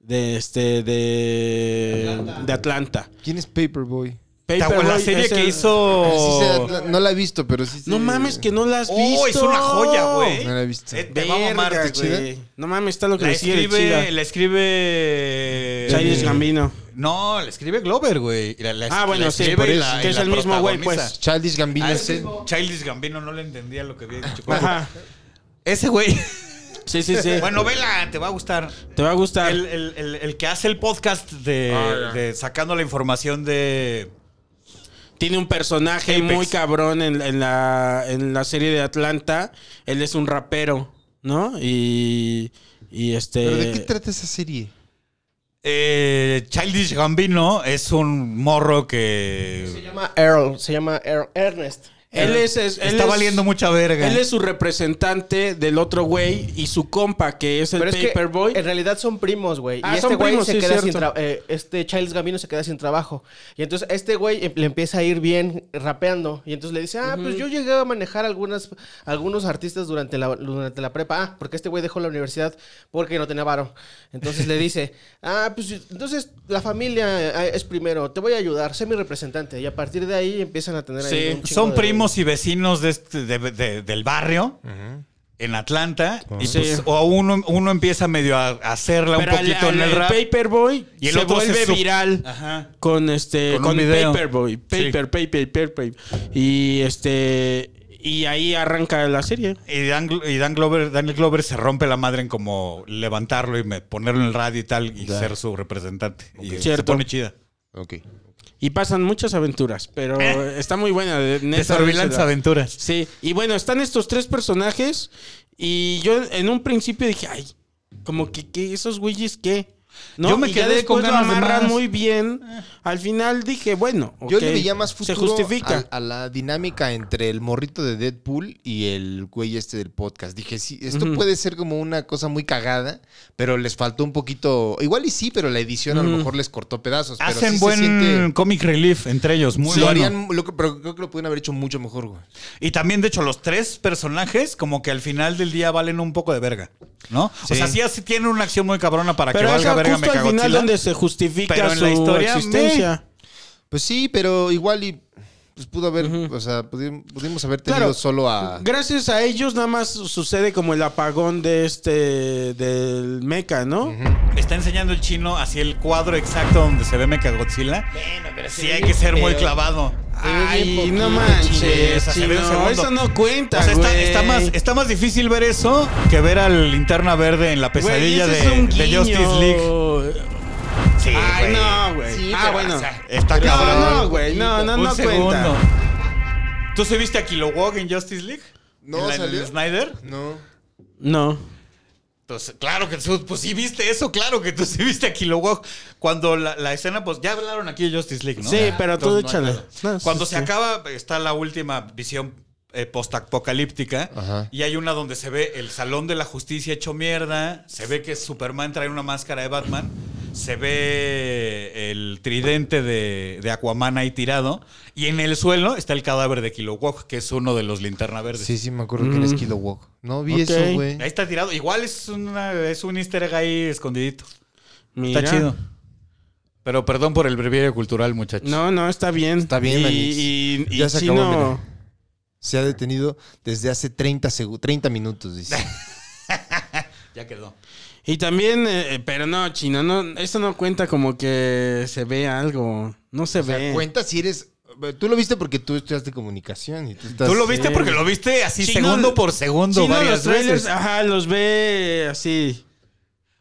[SPEAKER 8] de este de Atlanta. de Atlanta.
[SPEAKER 2] ¿Quién es Paperboy?
[SPEAKER 9] Tahu, La serie
[SPEAKER 8] es
[SPEAKER 9] que
[SPEAKER 8] el-
[SPEAKER 2] Sí
[SPEAKER 9] hizo.
[SPEAKER 2] se- no, no la he visto, pero sí. se-
[SPEAKER 8] Oh. No mames que no la has visto.
[SPEAKER 9] Oh, es una joya, güey.
[SPEAKER 2] No la he visto.
[SPEAKER 9] Eh, Te va a mamar,
[SPEAKER 8] Verga,
[SPEAKER 9] está chida.
[SPEAKER 8] güey. No mames, está lo que
[SPEAKER 9] La
[SPEAKER 8] decía de
[SPEAKER 9] escribe,
[SPEAKER 8] chida.
[SPEAKER 9] la escribe.
[SPEAKER 8] Childish Gambino.
[SPEAKER 9] No, la escribe Glover, güey. La- la-
[SPEAKER 8] Ah, bueno,
[SPEAKER 9] la
[SPEAKER 8] sí,
[SPEAKER 9] escribe
[SPEAKER 8] por
[SPEAKER 9] y
[SPEAKER 8] eso,
[SPEAKER 9] la-
[SPEAKER 8] que
[SPEAKER 9] y
[SPEAKER 8] es
[SPEAKER 9] la
[SPEAKER 8] el mismo güey, pues.
[SPEAKER 9] protagoniza.
[SPEAKER 2] Childish Gambino
[SPEAKER 9] Ah,
[SPEAKER 2] es
[SPEAKER 9] ese-
[SPEAKER 2] el-
[SPEAKER 9] Childish Gambino no le entendía lo que había dicho.
[SPEAKER 8] Ajá.
[SPEAKER 9] Ese güey.
[SPEAKER 8] Sí, sí, sí.
[SPEAKER 9] Bueno, vela, te va a gustar.
[SPEAKER 8] te va a gustar.
[SPEAKER 9] El, el- el- el que hace el podcast de, de sacando la información de.
[SPEAKER 8] Tiene un personaje
[SPEAKER 9] Apex.
[SPEAKER 8] muy cabrón en, en la, en la serie de Atlanta. Él es un rapero, ¿no? Y, y este...
[SPEAKER 2] ¿Pero de qué trata esa serie?
[SPEAKER 9] eh, Childish Gambino es un morro
[SPEAKER 7] Se
[SPEAKER 9] que.
[SPEAKER 7] llama Earl, se llama Earl, Ernest.
[SPEAKER 8] Él es, es- él
[SPEAKER 9] está
[SPEAKER 8] es-
[SPEAKER 9] valiendo mucha verga.
[SPEAKER 8] Él es su representante del otro güey y su compa, que es el
[SPEAKER 7] Pero es que
[SPEAKER 8] Paperboy.
[SPEAKER 7] en realidad son primos, güey.
[SPEAKER 8] Ah,
[SPEAKER 7] y
[SPEAKER 8] son
[SPEAKER 7] este güey
[SPEAKER 8] primos,
[SPEAKER 7] se
[SPEAKER 8] sí,
[SPEAKER 7] queda sin
[SPEAKER 8] cierto.
[SPEAKER 7] trabajo. este Charles Gambino se queda sin trabajo. Y entonces este güey eh, le empieza a ir bien rapeando. Y entonces le dice, ah, pues yo llegué a manejar algunas, algunos artistas durante la, durante la prepa. Ah, porque este güey dejó la universidad porque no tenía varo. Entonces le dice, ah, pues entonces la familia eh, es primero. Te voy a ayudar, sé mi representante. Y a partir de ahí empiezan a tener ahí
[SPEAKER 8] Sí,
[SPEAKER 7] un chingo
[SPEAKER 9] Son
[SPEAKER 7] de-
[SPEAKER 9] primos y vecinos de este- de- de- del barrio. En Atlanta, y
[SPEAKER 8] Sí.
[SPEAKER 9] pues, o uno, uno empieza medio a a hacerla
[SPEAKER 8] Pero
[SPEAKER 9] un
[SPEAKER 8] al-
[SPEAKER 9] poquito
[SPEAKER 8] al-
[SPEAKER 9] en el
[SPEAKER 8] el
[SPEAKER 9] rap.
[SPEAKER 8] Paperboy
[SPEAKER 9] Y el
[SPEAKER 8] se
[SPEAKER 9] otro se
[SPEAKER 8] vuelve
[SPEAKER 9] sub-
[SPEAKER 8] viral
[SPEAKER 9] Ajá.
[SPEAKER 8] con este
[SPEAKER 10] Con
[SPEAKER 8] con,
[SPEAKER 10] un video.
[SPEAKER 8] Paperboy, Paper, Paper, Paper, y este y ahí arranca la serie.
[SPEAKER 9] Y Dan, Glo- y Dan Glover, Daniel Glover se rompe la madre en como levantarlo y me- ponerlo en el radio y tal y ser su representante. Y se
[SPEAKER 8] Cierto.
[SPEAKER 9] pone chida.
[SPEAKER 2] Ok.
[SPEAKER 8] Y pasan muchas aventuras, pero
[SPEAKER 9] Eh.
[SPEAKER 8] está muy buena. de- neta,
[SPEAKER 9] Desorbilantes
[SPEAKER 8] vénsela.
[SPEAKER 9] aventuras.
[SPEAKER 8] Sí, y bueno, están estos tres personajes y yo en un principio dije, ay, como que, que esos güeyes qué. ¿No?
[SPEAKER 9] Yo me
[SPEAKER 8] Y ya
[SPEAKER 9] quedé con
[SPEAKER 8] después lo
[SPEAKER 9] ganas de
[SPEAKER 8] amarran
[SPEAKER 9] más. Eh.
[SPEAKER 8] muy bien. Al final dije, bueno,
[SPEAKER 2] Yo
[SPEAKER 8] ok,
[SPEAKER 2] le veía más futuro
[SPEAKER 8] Se justifica.
[SPEAKER 2] A, a la dinámica entre el morrito de Deadpool y el güey este del podcast. Dije, sí, esto
[SPEAKER 8] Ujú.
[SPEAKER 2] puede ser como una cosa muy cagada, pero les faltó un poquito. Igual y sí, pero la edición a lo
[SPEAKER 8] Ujú.
[SPEAKER 2] mejor les cortó pedazos. Pero
[SPEAKER 9] Hacen
[SPEAKER 2] sí se
[SPEAKER 9] buen
[SPEAKER 2] siente-
[SPEAKER 9] comic relief entre ellos. Muy
[SPEAKER 2] lo
[SPEAKER 9] bueno.
[SPEAKER 2] harían, lo que- pero creo que lo pudieron haber hecho mucho mejor, güey.
[SPEAKER 9] Y también, de hecho, los tres personajes, como que al final del día valen un poco de verga. ¿No? O sea, sí, así tienen una acción muy cabrona para
[SPEAKER 8] Pero
[SPEAKER 9] que
[SPEAKER 8] a
[SPEAKER 9] valga
[SPEAKER 8] eso
[SPEAKER 9] verga
[SPEAKER 8] justo
[SPEAKER 9] me
[SPEAKER 8] al
[SPEAKER 9] cagó
[SPEAKER 8] final
[SPEAKER 9] Godzilla.
[SPEAKER 8] donde se justifica
[SPEAKER 9] Pero en
[SPEAKER 8] su
[SPEAKER 9] la historia,
[SPEAKER 8] existencia.
[SPEAKER 2] Pues sí, pero igual y pues pudo haber, o sea, pudi- pudimos haber tenido
[SPEAKER 8] Claro.
[SPEAKER 2] solo a
[SPEAKER 8] Gracias a ellos nada más sucede como el apagón de este del meca, ¿no?
[SPEAKER 9] Está enseñando el chino así el cuadro exacto donde se ve Mechagodzilla. sí, hay que ser muy clavado.
[SPEAKER 8] Ay,
[SPEAKER 9] Ay,
[SPEAKER 8] no
[SPEAKER 9] chile,
[SPEAKER 8] manches,
[SPEAKER 9] esa se ve un
[SPEAKER 8] chino,
[SPEAKER 9] segundo.
[SPEAKER 8] eso no cuenta,
[SPEAKER 9] O sea, está,
[SPEAKER 8] güey.
[SPEAKER 9] está más, está más difícil ver eso que ver al linterna verde en la
[SPEAKER 8] Güey,
[SPEAKER 9] pesadilla
[SPEAKER 8] ese
[SPEAKER 9] de,
[SPEAKER 8] es un
[SPEAKER 9] de
[SPEAKER 8] guiño.
[SPEAKER 9] Justice League. Sí,
[SPEAKER 8] Ay,
[SPEAKER 9] güey.
[SPEAKER 8] no, güey.
[SPEAKER 9] Sí,
[SPEAKER 8] ah,
[SPEAKER 9] pero,
[SPEAKER 8] bueno.
[SPEAKER 9] o sea, está cabrón.
[SPEAKER 8] No, no, güey, no, no,
[SPEAKER 9] Un
[SPEAKER 8] no
[SPEAKER 9] segundo.
[SPEAKER 8] cuenta.
[SPEAKER 9] ¿Tú se viste a Kilowog en Justice League?
[SPEAKER 2] No,
[SPEAKER 9] ¿En la- en
[SPEAKER 2] salió.
[SPEAKER 9] el Snyder?
[SPEAKER 2] No.
[SPEAKER 8] No.
[SPEAKER 9] Entonces, claro que tú, pues sí viste eso, claro que tú sí viste a Kilowog. Cuando la, la escena, pues ya hablaron aquí de Justice League, ¿no?
[SPEAKER 8] Sí, pero tú
[SPEAKER 9] Entonces, no hay
[SPEAKER 8] échale.
[SPEAKER 9] pedo.
[SPEAKER 8] No, sí,
[SPEAKER 9] Cuando se
[SPEAKER 8] sí.
[SPEAKER 9] acaba, está la última visión eh, postapocalíptica.
[SPEAKER 2] Ajá.
[SPEAKER 9] Y hay una donde se ve el salón de la justicia hecho mierda. Se ve que Superman trae una máscara de Batman. Se ve el tridente de, de Aquaman ahí tirado. Y en el suelo está el cadáver de Kilowog, que es uno de los linterna verdes.
[SPEAKER 2] Sí, sí, me acuerdo que eres Kilowog. No vi eso,
[SPEAKER 8] Ok.
[SPEAKER 2] güey.
[SPEAKER 9] Ahí está tirado. Igual es, una, es un easter egg ahí escondidito.
[SPEAKER 8] Mira.
[SPEAKER 9] Está chido. Pero perdón por el breviario cultural, muchachos.
[SPEAKER 8] No, no, está bien.
[SPEAKER 2] Está bien,
[SPEAKER 8] y,
[SPEAKER 2] Manix.
[SPEAKER 8] y, y
[SPEAKER 2] Ya se acabó,
[SPEAKER 8] Chino-
[SPEAKER 2] mira. Se ha detenido desde hace 30 segu- 30 minutos, dice.
[SPEAKER 9] Ya quedó.
[SPEAKER 8] y también, eh, pero no, chino, no, esto no cuenta como que se ve algo. No se
[SPEAKER 2] O sea,
[SPEAKER 8] ve.
[SPEAKER 2] cuenta si eres Tú lo viste porque tú estudiaste comunicación y tú estás
[SPEAKER 9] Tú lo viste
[SPEAKER 8] Sí.
[SPEAKER 9] porque lo viste así
[SPEAKER 8] Chino-
[SPEAKER 9] segundo por segundo
[SPEAKER 8] Chino, los
[SPEAKER 9] varias
[SPEAKER 8] trailers,
[SPEAKER 9] veces.
[SPEAKER 7] ah,
[SPEAKER 8] ajá, los ve así.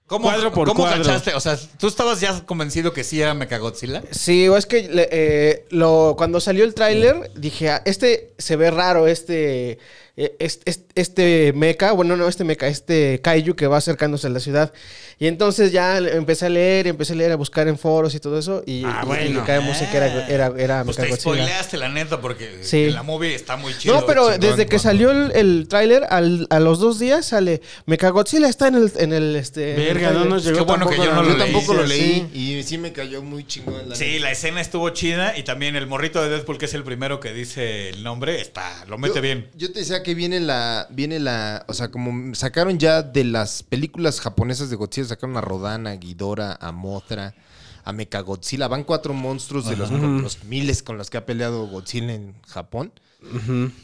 [SPEAKER 9] ¿Cómo,
[SPEAKER 8] cuadro por
[SPEAKER 9] ¿cómo
[SPEAKER 8] cuadro.
[SPEAKER 9] cachaste? O sea, ¿tú estabas ya convencido que sí era Mechagodzilla?
[SPEAKER 7] Sí, o es que le- eh, lo, cuando salió el tráiler dije, "Ah, este se ve raro, este, eh, es- es- este, meca, bueno, no este meca, este kaiju que va acercándose a la ciudad. Y entonces ya le- empecé a leer, empecé a leer, a buscar en foros y todo eso, y,
[SPEAKER 8] Ah,
[SPEAKER 7] y-
[SPEAKER 8] bueno. Eh.
[SPEAKER 7] y caemos en que era, era, era
[SPEAKER 9] Pues te
[SPEAKER 7] Mechagodzilla.
[SPEAKER 9] spoileaste la neta porque
[SPEAKER 7] Sí.
[SPEAKER 9] la movie está muy chida.
[SPEAKER 7] No, pero
[SPEAKER 9] chingón,
[SPEAKER 7] desde que
[SPEAKER 9] guapo.
[SPEAKER 7] salió el, el tráiler, al- a los dos días sale Mechagodzilla está en el, en el, este... en el
[SPEAKER 8] Verga, no
[SPEAKER 7] tráiler.
[SPEAKER 8] nos llegó.
[SPEAKER 9] Eh, Qué bueno que
[SPEAKER 8] tampoco
[SPEAKER 9] yo
[SPEAKER 8] la
[SPEAKER 9] no
[SPEAKER 2] Yo
[SPEAKER 9] lo
[SPEAKER 8] noticia,
[SPEAKER 9] leí.
[SPEAKER 2] tampoco lo
[SPEAKER 8] sí.
[SPEAKER 2] leí y sí me cayó muy chingón la
[SPEAKER 9] Sí, la escena estuvo chida y también el morrito de Deadpool, que es el primero que dice el nombre, está, lo mete
[SPEAKER 2] yo,
[SPEAKER 9] bien.
[SPEAKER 2] Yo te decía que viene la, viene la, o sea, como sacaron ya de las películas japonesas de Godzilla, sacaron a Rodana, a Ghidorah, a Mothra, a Mechagodzilla. Van cuatro monstruos de los, los miles con los que ha peleado Godzilla en Japón.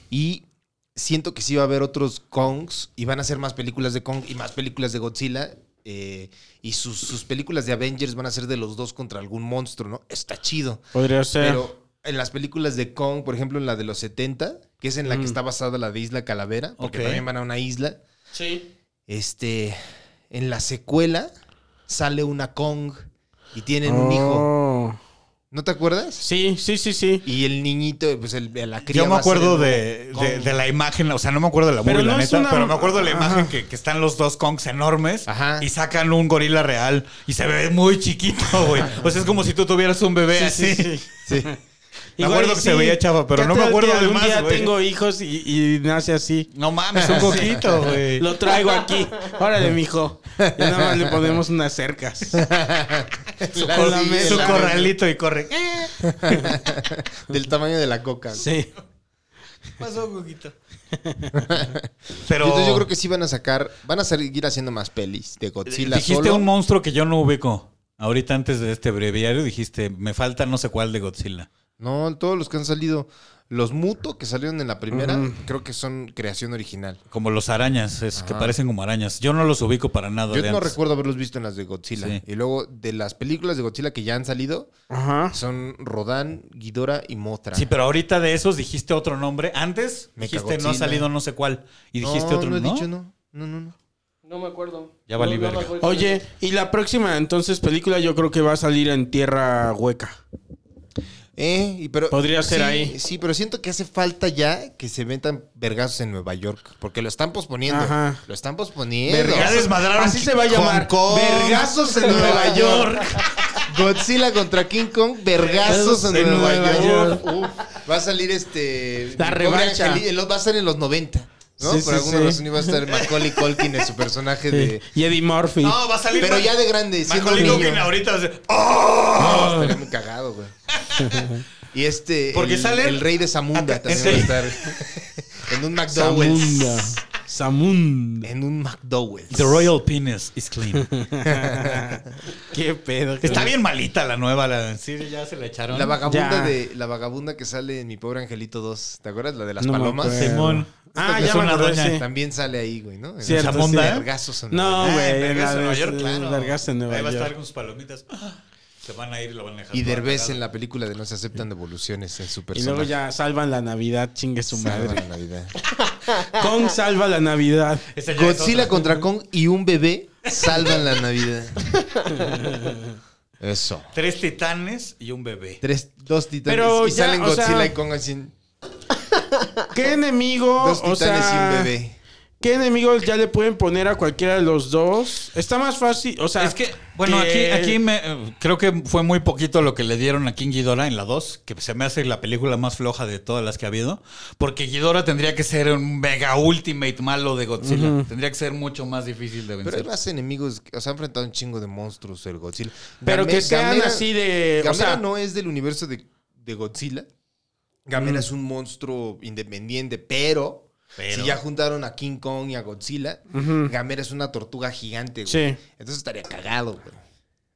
[SPEAKER 2] Y siento que sí va a haber otros Kongs y van a ser más películas de Kong y más películas de Godzilla. eh, y sus, sus películas de Avengers van a ser de los dos contra algún monstruo, ¿no? Está chido.
[SPEAKER 8] Podría ser.
[SPEAKER 2] Pero en las películas de Kong, por ejemplo, en la de los 70, que es en la que está basada la de Isla Calavera, porque
[SPEAKER 9] Mm. Ok.
[SPEAKER 2] también van a una isla,
[SPEAKER 8] Sí.
[SPEAKER 2] este, en la secuela sale una Kong y tienen un hijo.
[SPEAKER 8] Oh.
[SPEAKER 2] ¿No te acuerdas?
[SPEAKER 8] Sí, sí, sí, sí.
[SPEAKER 2] Y el niñito, pues el, la cría.
[SPEAKER 9] Yo me
[SPEAKER 2] va a ser
[SPEAKER 9] acuerdo
[SPEAKER 2] el
[SPEAKER 9] de,
[SPEAKER 2] Kong.
[SPEAKER 9] de- de la imagen, o sea, no me acuerdo de la
[SPEAKER 8] Pero
[SPEAKER 9] movie,
[SPEAKER 8] no
[SPEAKER 9] la
[SPEAKER 8] es
[SPEAKER 9] neta,
[SPEAKER 8] una-
[SPEAKER 9] pero me acuerdo de la
[SPEAKER 8] Ajá.
[SPEAKER 9] imagen que, que están los dos Kongs enormes
[SPEAKER 2] Ajá.
[SPEAKER 9] y sacan un gorila real y se ve muy chiquito, güey. O sea, es como si tú tuvieras un bebé así.
[SPEAKER 2] Sí.
[SPEAKER 9] Me acuerdo que se veía chafa, pero
[SPEAKER 8] ¿Qué
[SPEAKER 9] no me
[SPEAKER 8] tal
[SPEAKER 9] acuerdo
[SPEAKER 8] que
[SPEAKER 9] del
[SPEAKER 8] algún
[SPEAKER 9] más,
[SPEAKER 8] día
[SPEAKER 9] güey?
[SPEAKER 8] tengo hijos y, y nace así.
[SPEAKER 9] No mames, un poquito, güey.
[SPEAKER 8] Lo traigo aquí. Órale, mijo. Y nada más le ponemos unas cercas.
[SPEAKER 9] Su,
[SPEAKER 2] La
[SPEAKER 9] cor-
[SPEAKER 2] mesa.
[SPEAKER 9] su corralito y corre. Eh,
[SPEAKER 2] Del tamaño de la coca.
[SPEAKER 8] Sí.
[SPEAKER 9] Pasó poquito. Pero
[SPEAKER 2] Entonces yo creo que sí van a sacar, van a seguir haciendo más pelis de Godzilla
[SPEAKER 9] dijiste
[SPEAKER 2] solo.
[SPEAKER 9] un monstruo que yo no ubico. Ahorita antes de este breviario dijiste, me falta no sé cuál de Godzilla.
[SPEAKER 2] No, todos los que han salido. Los Muto que salieron en la primera, creo que son creación original.
[SPEAKER 9] Como los arañas, es que parecen como arañas. Yo no los ubico para nada.
[SPEAKER 2] Yo
[SPEAKER 9] de
[SPEAKER 2] no
[SPEAKER 9] antes.
[SPEAKER 2] recuerdo haberlos visto en las de Godzilla.
[SPEAKER 9] Sí.
[SPEAKER 2] Y luego, de las películas de Godzilla que ya han salido,
[SPEAKER 8] Ajá.
[SPEAKER 2] son Rodan, Ghidorah y Mothra.
[SPEAKER 9] Sí, pero ahorita de esos dijiste otro nombre. Antes dijiste no ha
[SPEAKER 2] Mechagodzilla.
[SPEAKER 9] salido no sé cuál. Y dijiste
[SPEAKER 2] no,
[SPEAKER 9] otro
[SPEAKER 2] no he
[SPEAKER 9] nombre.
[SPEAKER 2] dicho no. No, no, no.
[SPEAKER 7] No me acuerdo.
[SPEAKER 9] Ya valí
[SPEAKER 7] No, no me
[SPEAKER 9] verga.
[SPEAKER 7] acuerdo.
[SPEAKER 8] Oye, y la próxima entonces película yo creo que va a salir en tierra hueca.
[SPEAKER 2] Eh, y pero,
[SPEAKER 8] Podría ser
[SPEAKER 2] sí,
[SPEAKER 8] ahí.
[SPEAKER 2] Sí, pero siento que hace falta ya que se ventan vergazos en Nueva York. Porque lo están posponiendo.
[SPEAKER 8] Ajá.
[SPEAKER 2] Lo están posponiendo.
[SPEAKER 9] Ya desmadraron.
[SPEAKER 8] Así se va a
[SPEAKER 2] Hong
[SPEAKER 8] llamar.
[SPEAKER 2] Kong.
[SPEAKER 8] Vergazos en Nueva York.
[SPEAKER 2] Godzilla contra King Kong, vergazos en,
[SPEAKER 8] En
[SPEAKER 2] Nueva,
[SPEAKER 8] Nueva
[SPEAKER 2] York. Uf, va a salir este.
[SPEAKER 8] La
[SPEAKER 2] mi pobre
[SPEAKER 8] revancha.
[SPEAKER 2] Angelito, va a ser en los 90. ¿no?
[SPEAKER 8] Sí,
[SPEAKER 2] Por
[SPEAKER 8] sí,
[SPEAKER 2] alguna
[SPEAKER 8] sí.
[SPEAKER 2] razón iba a estar Macaulay Culkin en su personaje de.
[SPEAKER 8] Y Eddie Murphy.
[SPEAKER 9] No, va a salir.
[SPEAKER 2] Pero
[SPEAKER 9] Ma-
[SPEAKER 2] ya de grande, siendo
[SPEAKER 9] Macaulay
[SPEAKER 2] niño.
[SPEAKER 9] Culkin ahorita. o sea,
[SPEAKER 8] Ah.
[SPEAKER 9] ¡oh!
[SPEAKER 2] No, estaría muy cagado, güey. Y este.
[SPEAKER 9] Porque
[SPEAKER 2] el,
[SPEAKER 9] sale-
[SPEAKER 2] el rey de Zamunda
[SPEAKER 9] Acá-
[SPEAKER 2] también
[SPEAKER 9] ese-
[SPEAKER 2] va a estar. En un McDowell's.
[SPEAKER 8] Zamunda. Samund.
[SPEAKER 2] en un McDowell.
[SPEAKER 10] The Royal Penis is clean.
[SPEAKER 8] Qué pedo.
[SPEAKER 9] Está bien malita la nueva, la, sí, ya se la echaron.
[SPEAKER 2] La vagabunda,
[SPEAKER 8] Ya.
[SPEAKER 2] de, la vagabunda que sale en Mi Pobre Angelito 2. ¿Te acuerdas? La de las
[SPEAKER 8] No me
[SPEAKER 2] palomas.
[SPEAKER 8] acuerdo.
[SPEAKER 10] Simón.
[SPEAKER 8] Ah,
[SPEAKER 10] Es
[SPEAKER 8] ya me
[SPEAKER 10] una
[SPEAKER 8] acordé,
[SPEAKER 10] doña.
[SPEAKER 8] sí.
[SPEAKER 2] También sale ahí, güey, ¿no? En
[SPEAKER 8] Cierto,
[SPEAKER 2] los
[SPEAKER 8] sí.
[SPEAKER 2] vergazos en
[SPEAKER 8] No,
[SPEAKER 9] Ah,
[SPEAKER 8] güey.
[SPEAKER 9] vergas
[SPEAKER 8] la
[SPEAKER 9] en Nueva
[SPEAKER 8] de-
[SPEAKER 9] York, claro.
[SPEAKER 8] vergas en Nueva
[SPEAKER 9] Ahí va a estar
[SPEAKER 8] York.
[SPEAKER 9] con sus palomitas. ¡Ah! Se van a ir y lo van a dejar.
[SPEAKER 2] Y
[SPEAKER 9] toda
[SPEAKER 2] Derbez
[SPEAKER 9] cagada.
[SPEAKER 2] en la película de No se aceptan devoluciones en su
[SPEAKER 8] Y
[SPEAKER 2] personaje.
[SPEAKER 8] luego ya salvan la Navidad, chingue su
[SPEAKER 2] Salva
[SPEAKER 8] madre.
[SPEAKER 2] la Navidad.
[SPEAKER 8] Kong salva la Navidad.
[SPEAKER 9] Esa ya es
[SPEAKER 2] Godzilla
[SPEAKER 9] otra.
[SPEAKER 2] contra Kong y un bebé salvan la Navidad. Eso.
[SPEAKER 9] Tres titanes y un bebé.
[SPEAKER 2] Tres, dos titanes
[SPEAKER 8] Pero
[SPEAKER 2] y
[SPEAKER 8] ya,
[SPEAKER 2] salen
[SPEAKER 8] o sea,
[SPEAKER 2] Godzilla y Kong así.
[SPEAKER 8] ¿Qué enemigo?
[SPEAKER 2] Dos
[SPEAKER 8] o
[SPEAKER 2] titanes
[SPEAKER 8] sea,
[SPEAKER 2] y un bebé.
[SPEAKER 8] ¿Qué enemigos ya le pueden poner a cualquiera de los dos? Está más fácil, o sea...
[SPEAKER 9] es que, bueno,
[SPEAKER 8] que-
[SPEAKER 9] aquí, aquí me, eh, creo que fue muy poquito lo que le dieron a King Ghidorah en la 2, que se me hace la película más floja de todas las que ha habido, porque Ghidorah tendría que ser un mega ultimate malo de Godzilla. Tendría que ser mucho más difícil de
[SPEAKER 2] Pero hay
[SPEAKER 9] vencer.
[SPEAKER 2] más enemigos. que- O sea, ha enfrentado un chingo de monstruos el Godzilla.
[SPEAKER 8] Pero
[SPEAKER 2] Game-
[SPEAKER 8] que sean
[SPEAKER 2] Gamera-
[SPEAKER 8] así de...
[SPEAKER 2] Gamera
[SPEAKER 8] Eh, o sea,
[SPEAKER 2] no es del universo de, de Godzilla. Gamera
[SPEAKER 8] Mm.
[SPEAKER 2] es un monstruo independiente, pero,
[SPEAKER 9] Pero.
[SPEAKER 2] si ya juntaron a King Kong y a Godzilla, Gamera es una tortuga gigante, güey.
[SPEAKER 8] Sí.
[SPEAKER 2] Entonces estaría cagado, güey.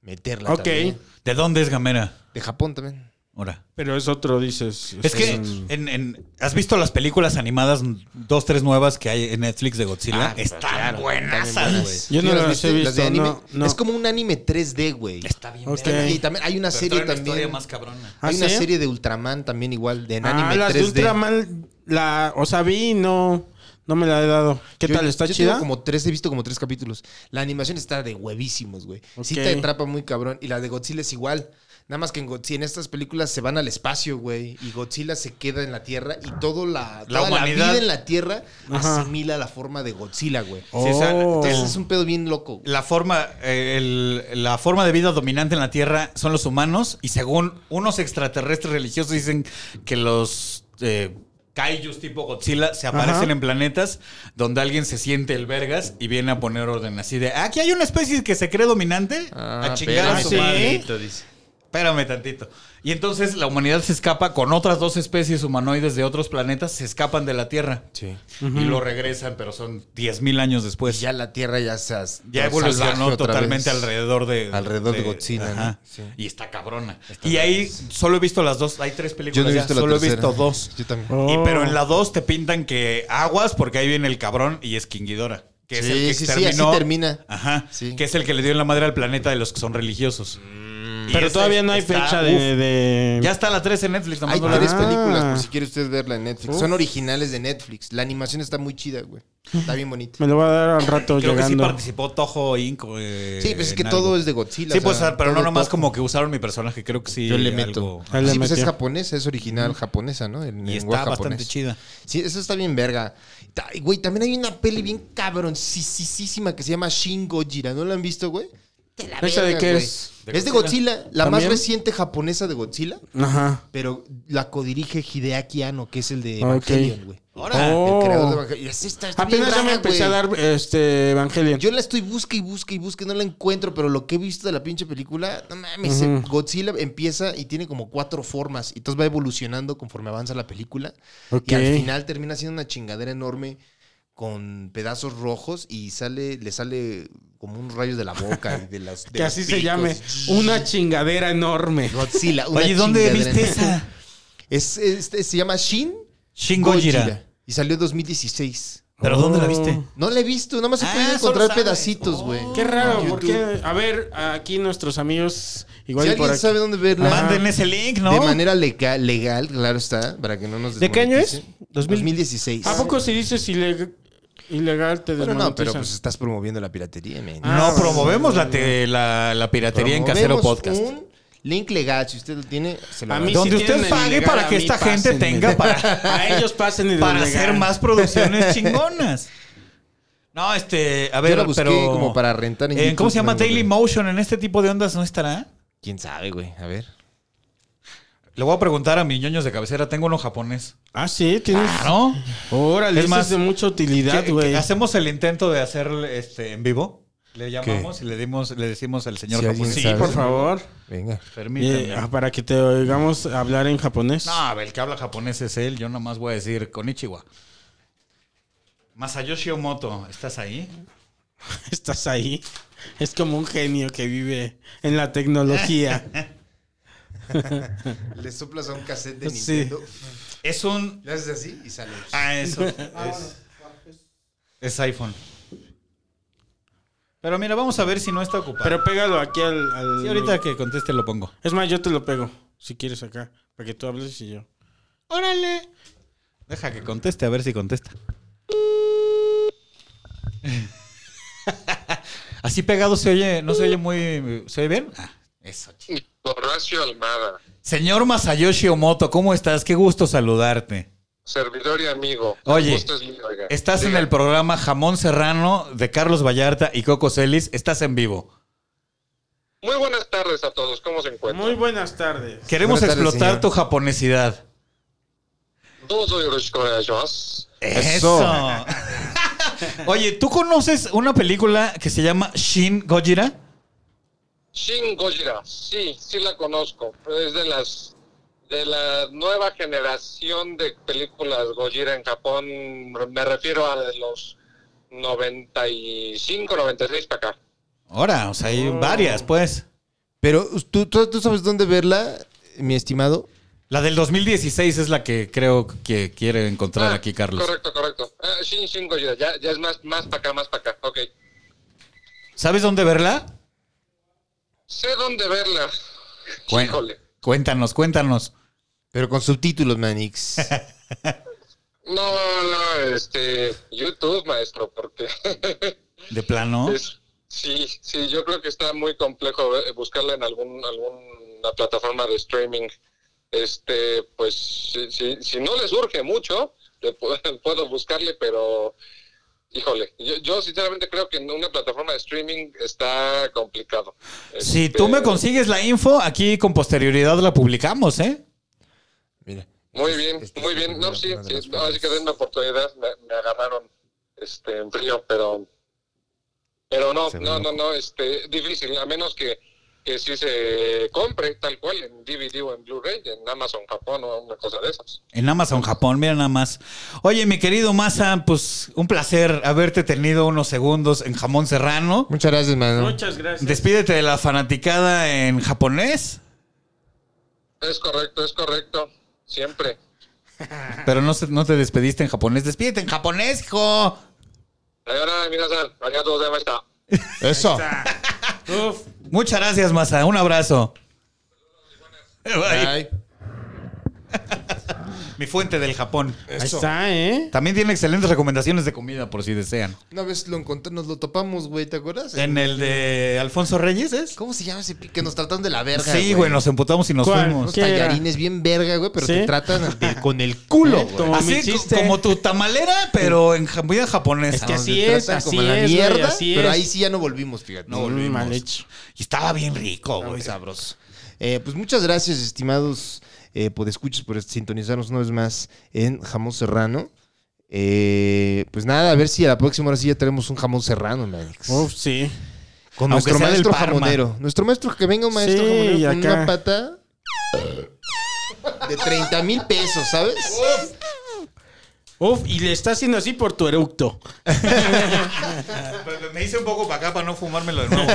[SPEAKER 2] Meterla.
[SPEAKER 8] Ok,
[SPEAKER 2] también.
[SPEAKER 9] ¿De dónde es Gamera?
[SPEAKER 2] De Japón también.
[SPEAKER 9] Ahora.
[SPEAKER 8] pero es otro, dices.
[SPEAKER 9] Es que,
[SPEAKER 8] un-
[SPEAKER 9] en, en- ¿has visto las películas animadas, dos, tres nuevas que hay en Netflix de
[SPEAKER 2] Ah,
[SPEAKER 9] Godzilla?
[SPEAKER 2] pues,
[SPEAKER 9] Están
[SPEAKER 2] claro,
[SPEAKER 9] buenazas,
[SPEAKER 2] también,
[SPEAKER 9] güey.
[SPEAKER 2] güey.
[SPEAKER 8] Ah, Yo no
[SPEAKER 2] ¿Sí
[SPEAKER 8] las
[SPEAKER 2] viste?
[SPEAKER 8] he visto,
[SPEAKER 2] de anime?
[SPEAKER 8] no, no.
[SPEAKER 2] Es como un anime 3D, güey.
[SPEAKER 9] Está bien.
[SPEAKER 8] Ok.
[SPEAKER 9] verga.
[SPEAKER 2] Está- Y también hay una
[SPEAKER 9] Pero
[SPEAKER 2] serie
[SPEAKER 9] trae una historia
[SPEAKER 2] también.
[SPEAKER 9] más cabrona.
[SPEAKER 8] ¿Ah,
[SPEAKER 2] Hay una
[SPEAKER 8] sí?
[SPEAKER 2] serie de Ultraman también igual, de en
[SPEAKER 8] ah,
[SPEAKER 2] anime
[SPEAKER 8] las de
[SPEAKER 2] 3D.
[SPEAKER 8] Ultraman, la, o sea, vi y no, no me la he dado. ¿Qué
[SPEAKER 2] Yo-
[SPEAKER 8] tal? ¿Está
[SPEAKER 2] yo
[SPEAKER 8] chida?
[SPEAKER 2] tengo como tres, he visto como tres capítulos. La animación está de huevísimos, güey. Sí
[SPEAKER 8] Ok.
[SPEAKER 2] te atrapa muy cabrón. Y la de Godzilla es igual. Nada más que en, Godzi- en estas películas se van al espacio, güey. Y Godzilla se queda en la Tierra y todo la,
[SPEAKER 9] La
[SPEAKER 2] toda la
[SPEAKER 9] humanidad.
[SPEAKER 2] vida en la Tierra
[SPEAKER 8] Ajá.
[SPEAKER 2] asimila la forma de Godzilla, güey.
[SPEAKER 9] Sí, o sea,
[SPEAKER 8] Oh.
[SPEAKER 2] Entonces es un pedo bien loco. güey.
[SPEAKER 9] La forma, eh, el- la forma de vida dominante en la Tierra son los humanos y según unos extraterrestres religiosos dicen que los eh, kaijus tipo Godzilla se aparecen
[SPEAKER 8] Ajá.
[SPEAKER 9] en planetas donde alguien se siente el vergas y viene a poner orden así de aquí hay una especie que se cree dominante
[SPEAKER 2] Ah,
[SPEAKER 9] a chingar
[SPEAKER 8] espérame
[SPEAKER 9] a su
[SPEAKER 8] ¿sí?
[SPEAKER 9] madre. Espérame tantito. Y entonces la humanidad se escapa con otras dos especies humanoides de otros planetas, se escapan de la Tierra. Y lo regresan, pero son 10.000 años después.
[SPEAKER 2] Ya la Tierra ya se as-
[SPEAKER 9] Ya
[SPEAKER 2] salvaje
[SPEAKER 9] evolucionó
[SPEAKER 2] otra
[SPEAKER 9] totalmente
[SPEAKER 2] vez.
[SPEAKER 9] alrededor de.
[SPEAKER 2] Alrededor de Godzilla,
[SPEAKER 9] ajá.
[SPEAKER 2] ¿no? Sí.
[SPEAKER 9] Y está cabrona. y ahí solo he visto las dos. Hay tres películas.
[SPEAKER 2] Yo no he
[SPEAKER 9] ya,
[SPEAKER 2] visto la
[SPEAKER 9] Solo he
[SPEAKER 2] tercera.
[SPEAKER 9] visto dos.
[SPEAKER 2] Yo también.
[SPEAKER 8] Oh.
[SPEAKER 9] Y, pero en la dos te pintan que aguas porque ahí viene el cabrón y es King Ghidorah, Que es
[SPEAKER 2] Sí,
[SPEAKER 9] el que
[SPEAKER 2] sí, sí, así
[SPEAKER 9] exterminó.
[SPEAKER 2] termina.
[SPEAKER 9] Ajá.
[SPEAKER 2] Sí. Mm.
[SPEAKER 9] Que es el que le dio en la madre al planeta de los que son religiosos. Y
[SPEAKER 8] Pero
[SPEAKER 9] ese
[SPEAKER 8] todavía no hay
[SPEAKER 9] está-
[SPEAKER 8] fecha
[SPEAKER 9] uf,
[SPEAKER 8] de, de-
[SPEAKER 9] Ya está la 3 en Netflix. nomás
[SPEAKER 2] Hay
[SPEAKER 9] no la he
[SPEAKER 2] tres
[SPEAKER 9] visto.
[SPEAKER 2] películas, por si quiere usted verla en Netflix. Son originales de Netflix. La animación está muy chida, güey. Está bien bonita.
[SPEAKER 8] Me lo voy a dar al rato
[SPEAKER 9] Creo que sí
[SPEAKER 8] llegando.
[SPEAKER 9] participó Toho Inco. eh,
[SPEAKER 2] Sí, pues es que
[SPEAKER 9] en
[SPEAKER 2] todo
[SPEAKER 9] algo.
[SPEAKER 2] es de Godzilla.
[SPEAKER 9] Sí,
[SPEAKER 2] o
[SPEAKER 9] pues,
[SPEAKER 2] sea,
[SPEAKER 9] pero no
[SPEAKER 2] todo
[SPEAKER 9] nomás
[SPEAKER 2] toco.
[SPEAKER 9] como que usaron mi personaje, creo que sí.
[SPEAKER 2] Yo le
[SPEAKER 9] algo-
[SPEAKER 2] meto.
[SPEAKER 8] Ahí le
[SPEAKER 2] sí, pues es
[SPEAKER 8] metió.
[SPEAKER 2] japonesa, es original japonesa, ¿no? El
[SPEAKER 9] Y está
[SPEAKER 2] lenguaje
[SPEAKER 9] bastante
[SPEAKER 2] japonés.
[SPEAKER 9] chida.
[SPEAKER 2] Sí, eso está bien verga. Ta- Güey, también hay una peli bien cabroncísima que se llama Shin Gojira. ¿No la han visto, güey? Te la
[SPEAKER 8] ¿Esa de
[SPEAKER 2] verga,
[SPEAKER 8] qué
[SPEAKER 2] güey.
[SPEAKER 8] es?
[SPEAKER 9] ¿De
[SPEAKER 2] es de
[SPEAKER 9] Godzilla?
[SPEAKER 2] Godzilla, la más
[SPEAKER 8] ¿También?
[SPEAKER 2] reciente japonesa de Godzilla,
[SPEAKER 8] Ajá.
[SPEAKER 2] pero la codirige Hideaki Anno, que es el de
[SPEAKER 8] Ah, ok.
[SPEAKER 2] Evangelion, güey.
[SPEAKER 9] Ahora.
[SPEAKER 8] Oh.
[SPEAKER 2] El creador de Evangelion. Y así está, está bien
[SPEAKER 8] Apenas ya me
[SPEAKER 2] rara,
[SPEAKER 8] empecé a
[SPEAKER 2] güey.
[SPEAKER 8] dar este Evangelion.
[SPEAKER 2] Yo la estoy busque y busque y busque, no la encuentro, pero lo que he visto de la pinche película, no mames,
[SPEAKER 8] Ujú.
[SPEAKER 2] Godzilla empieza y tiene como cuatro formas, y entonces va evolucionando conforme avanza la película,
[SPEAKER 8] Ok.
[SPEAKER 2] y al final termina siendo una chingadera enorme con pedazos rojos y sale, le sale como un rayo de la boca y de las... de
[SPEAKER 8] que así
[SPEAKER 2] los
[SPEAKER 8] se
[SPEAKER 2] picos.
[SPEAKER 8] llame. Una chingadera enorme.
[SPEAKER 2] Godzilla. una
[SPEAKER 9] Oye, ¿dónde
[SPEAKER 2] chingadera
[SPEAKER 9] viste
[SPEAKER 2] enorme.
[SPEAKER 9] esa?
[SPEAKER 2] Es, este, se llama Shin
[SPEAKER 9] Shin Gojira.
[SPEAKER 2] Y salió en 2016.
[SPEAKER 9] ¿Pero dónde la viste?
[SPEAKER 2] No la he visto, nada más he
[SPEAKER 9] Ah,
[SPEAKER 2] podido
[SPEAKER 9] solo
[SPEAKER 2] encontrar
[SPEAKER 9] sabes.
[SPEAKER 2] pedacitos, güey.
[SPEAKER 8] Oh. Qué raro,
[SPEAKER 2] En YouTube.
[SPEAKER 8] porque a ver, aquí nuestros amigos igual
[SPEAKER 2] si
[SPEAKER 8] y por
[SPEAKER 2] alguien
[SPEAKER 8] aquí.
[SPEAKER 2] sabe dónde verla,
[SPEAKER 9] Manden ese link, ¿no?
[SPEAKER 2] Oh. de manera lega- legal, claro está, para que no nos
[SPEAKER 7] ¿De qué año es?
[SPEAKER 2] desmoneticen.
[SPEAKER 7] 2000.
[SPEAKER 2] 2016.
[SPEAKER 8] ¿A poco si dices ileg- ilegal te
[SPEAKER 2] Bueno,
[SPEAKER 8] desmonetizan?
[SPEAKER 2] no, pero pues estás promoviendo la piratería, men.
[SPEAKER 8] Ah,
[SPEAKER 9] no promovemos la, te- la, la piratería en Casero
[SPEAKER 2] Promovemos
[SPEAKER 9] Podcast.
[SPEAKER 2] un link legal, si usted lo tiene, se lo
[SPEAKER 8] A mí
[SPEAKER 2] agradezco.
[SPEAKER 9] Donde
[SPEAKER 8] si
[SPEAKER 9] usted
[SPEAKER 8] tienen el
[SPEAKER 9] pague
[SPEAKER 8] ilegal,
[SPEAKER 9] para
[SPEAKER 8] a
[SPEAKER 9] que
[SPEAKER 8] mí
[SPEAKER 9] esta gente
[SPEAKER 8] pásenme.
[SPEAKER 9] tenga para,
[SPEAKER 8] a ellos pasen y de
[SPEAKER 9] para
[SPEAKER 8] legal.
[SPEAKER 9] hacer más producciones chingonas. No, este, a ver,
[SPEAKER 2] Yo la busqué
[SPEAKER 9] pero
[SPEAKER 2] como para rentar en
[SPEAKER 9] eh, ¿Cómo
[SPEAKER 2] YouTube,
[SPEAKER 9] se llama
[SPEAKER 2] no
[SPEAKER 9] Daily
[SPEAKER 2] encontré.
[SPEAKER 9] Motion? En este tipo de ondas no estará.
[SPEAKER 2] ¿Quién sabe, güey? A ver.
[SPEAKER 9] Le voy a preguntar a mis ñoños de cabecera. Tengo uno japonés.
[SPEAKER 8] Ah, sí, tienes.
[SPEAKER 9] Claro.
[SPEAKER 8] Órale,
[SPEAKER 9] Es
[SPEAKER 8] eso
[SPEAKER 9] más,
[SPEAKER 8] es de mucha utilidad,
[SPEAKER 9] Que-
[SPEAKER 8] güey.
[SPEAKER 9] que Hacemos el intento de hacer este en vivo. Le llamamos y le dimos, le decimos al señor
[SPEAKER 2] Si alguien
[SPEAKER 9] japonés.
[SPEAKER 2] sabe.
[SPEAKER 8] Por favor,
[SPEAKER 2] Venga.
[SPEAKER 9] Permítanme.
[SPEAKER 8] Eh, ah, para que te oigamos hablar en japonés.
[SPEAKER 9] No, el que habla japonés es él. Yo nomás voy a decir Konichiwa. Masayoshi Omoto, ¿estás ahí?
[SPEAKER 8] Estás ahí. Es como un genio que vive en la tecnología.
[SPEAKER 2] Le soplas a un cassette de
[SPEAKER 8] Sí.
[SPEAKER 2] Nintendo,
[SPEAKER 9] Es un...
[SPEAKER 2] le haces así y sale.
[SPEAKER 9] Ah, eso. es, es iPhone. Pero mira, vamos a ver si no está ocupado.
[SPEAKER 8] Pero pégalo aquí al. al-
[SPEAKER 9] Sí, ahorita que conteste lo pongo.
[SPEAKER 8] Es más, yo te lo pego. Si quieres acá. Para que tú hables y yo.
[SPEAKER 9] ¡Órale! Deja que conteste, a ver si contesta. Así pegado se oye, no se oye muy... ¿Se oye bien? Ah, eso, chido.
[SPEAKER 11] Horacio Almada,
[SPEAKER 9] Señor Masayoshi Omoto, ¿cómo estás? Qué gusto saludarte.
[SPEAKER 11] servidor y amigo.
[SPEAKER 9] Oye,
[SPEAKER 11] El gusto es mío, oiga.
[SPEAKER 9] Estás en
[SPEAKER 11] Diga,
[SPEAKER 9] el programa Jamón Serrano de Carlos Vallarta y Coco Celis. Estás en vivo.
[SPEAKER 11] Muy buenas tardes a todos, ¿cómo se encuentran?
[SPEAKER 8] Muy buenas tardes.
[SPEAKER 9] Queremos
[SPEAKER 2] Buenas tardes,
[SPEAKER 9] explotar
[SPEAKER 2] señor.
[SPEAKER 9] tu japonesidad.
[SPEAKER 11] Todo yo los corazones.
[SPEAKER 9] Eso. Oye, ¿tú conoces una película que se llama Shin Gojira?
[SPEAKER 11] Shin Gojira, sí, sí la conozco. Es de las de la nueva generación de películas Gojira en Japón. Me refiero a de los 95, 96 para acá.
[SPEAKER 9] Ahora, o sea, hay
[SPEAKER 11] Oh.
[SPEAKER 9] varias, pues.
[SPEAKER 2] Pero, ¿tú, tú, tú sabes dónde verla, mi estimado?
[SPEAKER 9] La del 2016 es la que creo que quiere encontrar
[SPEAKER 11] Ah,
[SPEAKER 9] aquí Carlos.
[SPEAKER 11] Correcto, correcto. Ah, Shin, Shin Gojira, ya, ya es más, más para acá, más para acá. Ok.
[SPEAKER 9] ¿Sabes dónde verla?
[SPEAKER 11] Sé dónde verla.
[SPEAKER 9] Cuen-
[SPEAKER 11] Híjole.
[SPEAKER 9] Cuéntanos, cuéntanos.
[SPEAKER 2] Pero con subtítulos, Manix.
[SPEAKER 11] No, no, este, YouTube, maestro, porque
[SPEAKER 9] De plano.
[SPEAKER 11] es- sí, sí, yo creo que está muy complejo eh, buscarla en algún alguna plataforma de streaming. Este, pues, si, si, si no les urge mucho, le pu- puedo buscarle, pero, híjole, yo, yo sinceramente creo que en una plataforma de streaming está complicado.
[SPEAKER 9] Si
[SPEAKER 11] Este,
[SPEAKER 9] tú me consigues la info, aquí con posterioridad la publicamos, ¿eh?
[SPEAKER 2] Mira.
[SPEAKER 11] Muy
[SPEAKER 2] Este-
[SPEAKER 11] bien,
[SPEAKER 2] este
[SPEAKER 11] muy
[SPEAKER 2] es
[SPEAKER 11] bien.
[SPEAKER 2] una-
[SPEAKER 11] No, sí,
[SPEAKER 2] una de
[SPEAKER 11] sí,
[SPEAKER 2] las
[SPEAKER 11] no, así que
[SPEAKER 2] peores.
[SPEAKER 11] denme oportunidad, me, me agarraron este, en frío, pero pero no,
[SPEAKER 2] Se me
[SPEAKER 11] no, no,
[SPEAKER 2] enojó.
[SPEAKER 11] no, este, difícil, a menos que, que sí se compre tal cual en DVD o en Blu-ray, en Amazon Japón o una cosa de esas.
[SPEAKER 9] En Amazon Japón, mira nada más. Oye, mi querido Masa, pues un placer haberte tenido unos segundos en Jamón Serrano.
[SPEAKER 2] Muchas gracias, mano.
[SPEAKER 8] Muchas gracias.
[SPEAKER 9] Despídete de la fanaticada en japonés,
[SPEAKER 11] Es correcto, es correcto, siempre.
[SPEAKER 9] pero no, se- no te despediste en japonés. Despídete en japonés, hijo.
[SPEAKER 11] Sayonara, minasan, arigatou gozaimashita.
[SPEAKER 2] Eso.
[SPEAKER 8] Uf.
[SPEAKER 9] Muchas gracias, Masa. Un abrazo.
[SPEAKER 2] Bye.
[SPEAKER 9] Mi fuente del Japón.
[SPEAKER 8] Ahí está, ¿eh?
[SPEAKER 9] También tiene excelentes recomendaciones de comida, por si desean.
[SPEAKER 2] Una vez lo encontré, nos lo topamos, güey, ¿te acuerdas?
[SPEAKER 9] En el de Alfonso Reyes, ¿es?
[SPEAKER 2] ¿Cómo se llama ese pi- que nos trataron de la verga?
[SPEAKER 9] Sí, güey, nos emputamos y nos
[SPEAKER 8] ¿Cuál?
[SPEAKER 9] fuimos.
[SPEAKER 2] Unos
[SPEAKER 8] ¿Qué era?
[SPEAKER 2] tallarines bien verga, güey, pero
[SPEAKER 8] ¿Sí?
[SPEAKER 2] te tratan de- con el culo, güey.
[SPEAKER 8] Como mi
[SPEAKER 9] Así
[SPEAKER 8] chiste.
[SPEAKER 9] co- como tu tamalera, pero en ja- comida japonesa.
[SPEAKER 8] Es que
[SPEAKER 9] ¿no?
[SPEAKER 8] así
[SPEAKER 2] Te
[SPEAKER 8] es,
[SPEAKER 2] tratan
[SPEAKER 8] así
[SPEAKER 2] como la
[SPEAKER 8] es, güey,
[SPEAKER 2] mierda,
[SPEAKER 8] así
[SPEAKER 2] pero
[SPEAKER 8] es.
[SPEAKER 2] ahí sí ya no volvimos, Eh, fíjate.
[SPEAKER 9] No
[SPEAKER 8] Mm,
[SPEAKER 9] volvimos.
[SPEAKER 8] mal hecho.
[SPEAKER 9] Y estaba bien rico, güey.
[SPEAKER 2] Muy sabroso. Eh, pues muchas gracias, estimados eh, podescuchos, por sintonizarnos una vez más en Jamón Serrano. Eh, pues nada, a ver si a la próxima hora sí ya tenemos un jamón serrano, Manix.
[SPEAKER 8] Uf, sí.
[SPEAKER 2] Con
[SPEAKER 9] Aunque
[SPEAKER 2] nuestro
[SPEAKER 9] sea del
[SPEAKER 2] maestro
[SPEAKER 9] Parma.
[SPEAKER 2] jamonero. Nuestro maestro, que venga un maestro
[SPEAKER 8] Sí,
[SPEAKER 2] jamonero
[SPEAKER 8] y
[SPEAKER 2] con
[SPEAKER 8] acá.
[SPEAKER 2] una pata de 30 mil pesos, ¿sabes?
[SPEAKER 8] Uf, y le está haciendo así por tu eructo.
[SPEAKER 9] Me hice un poco para acá para no fumármelo de nuevo.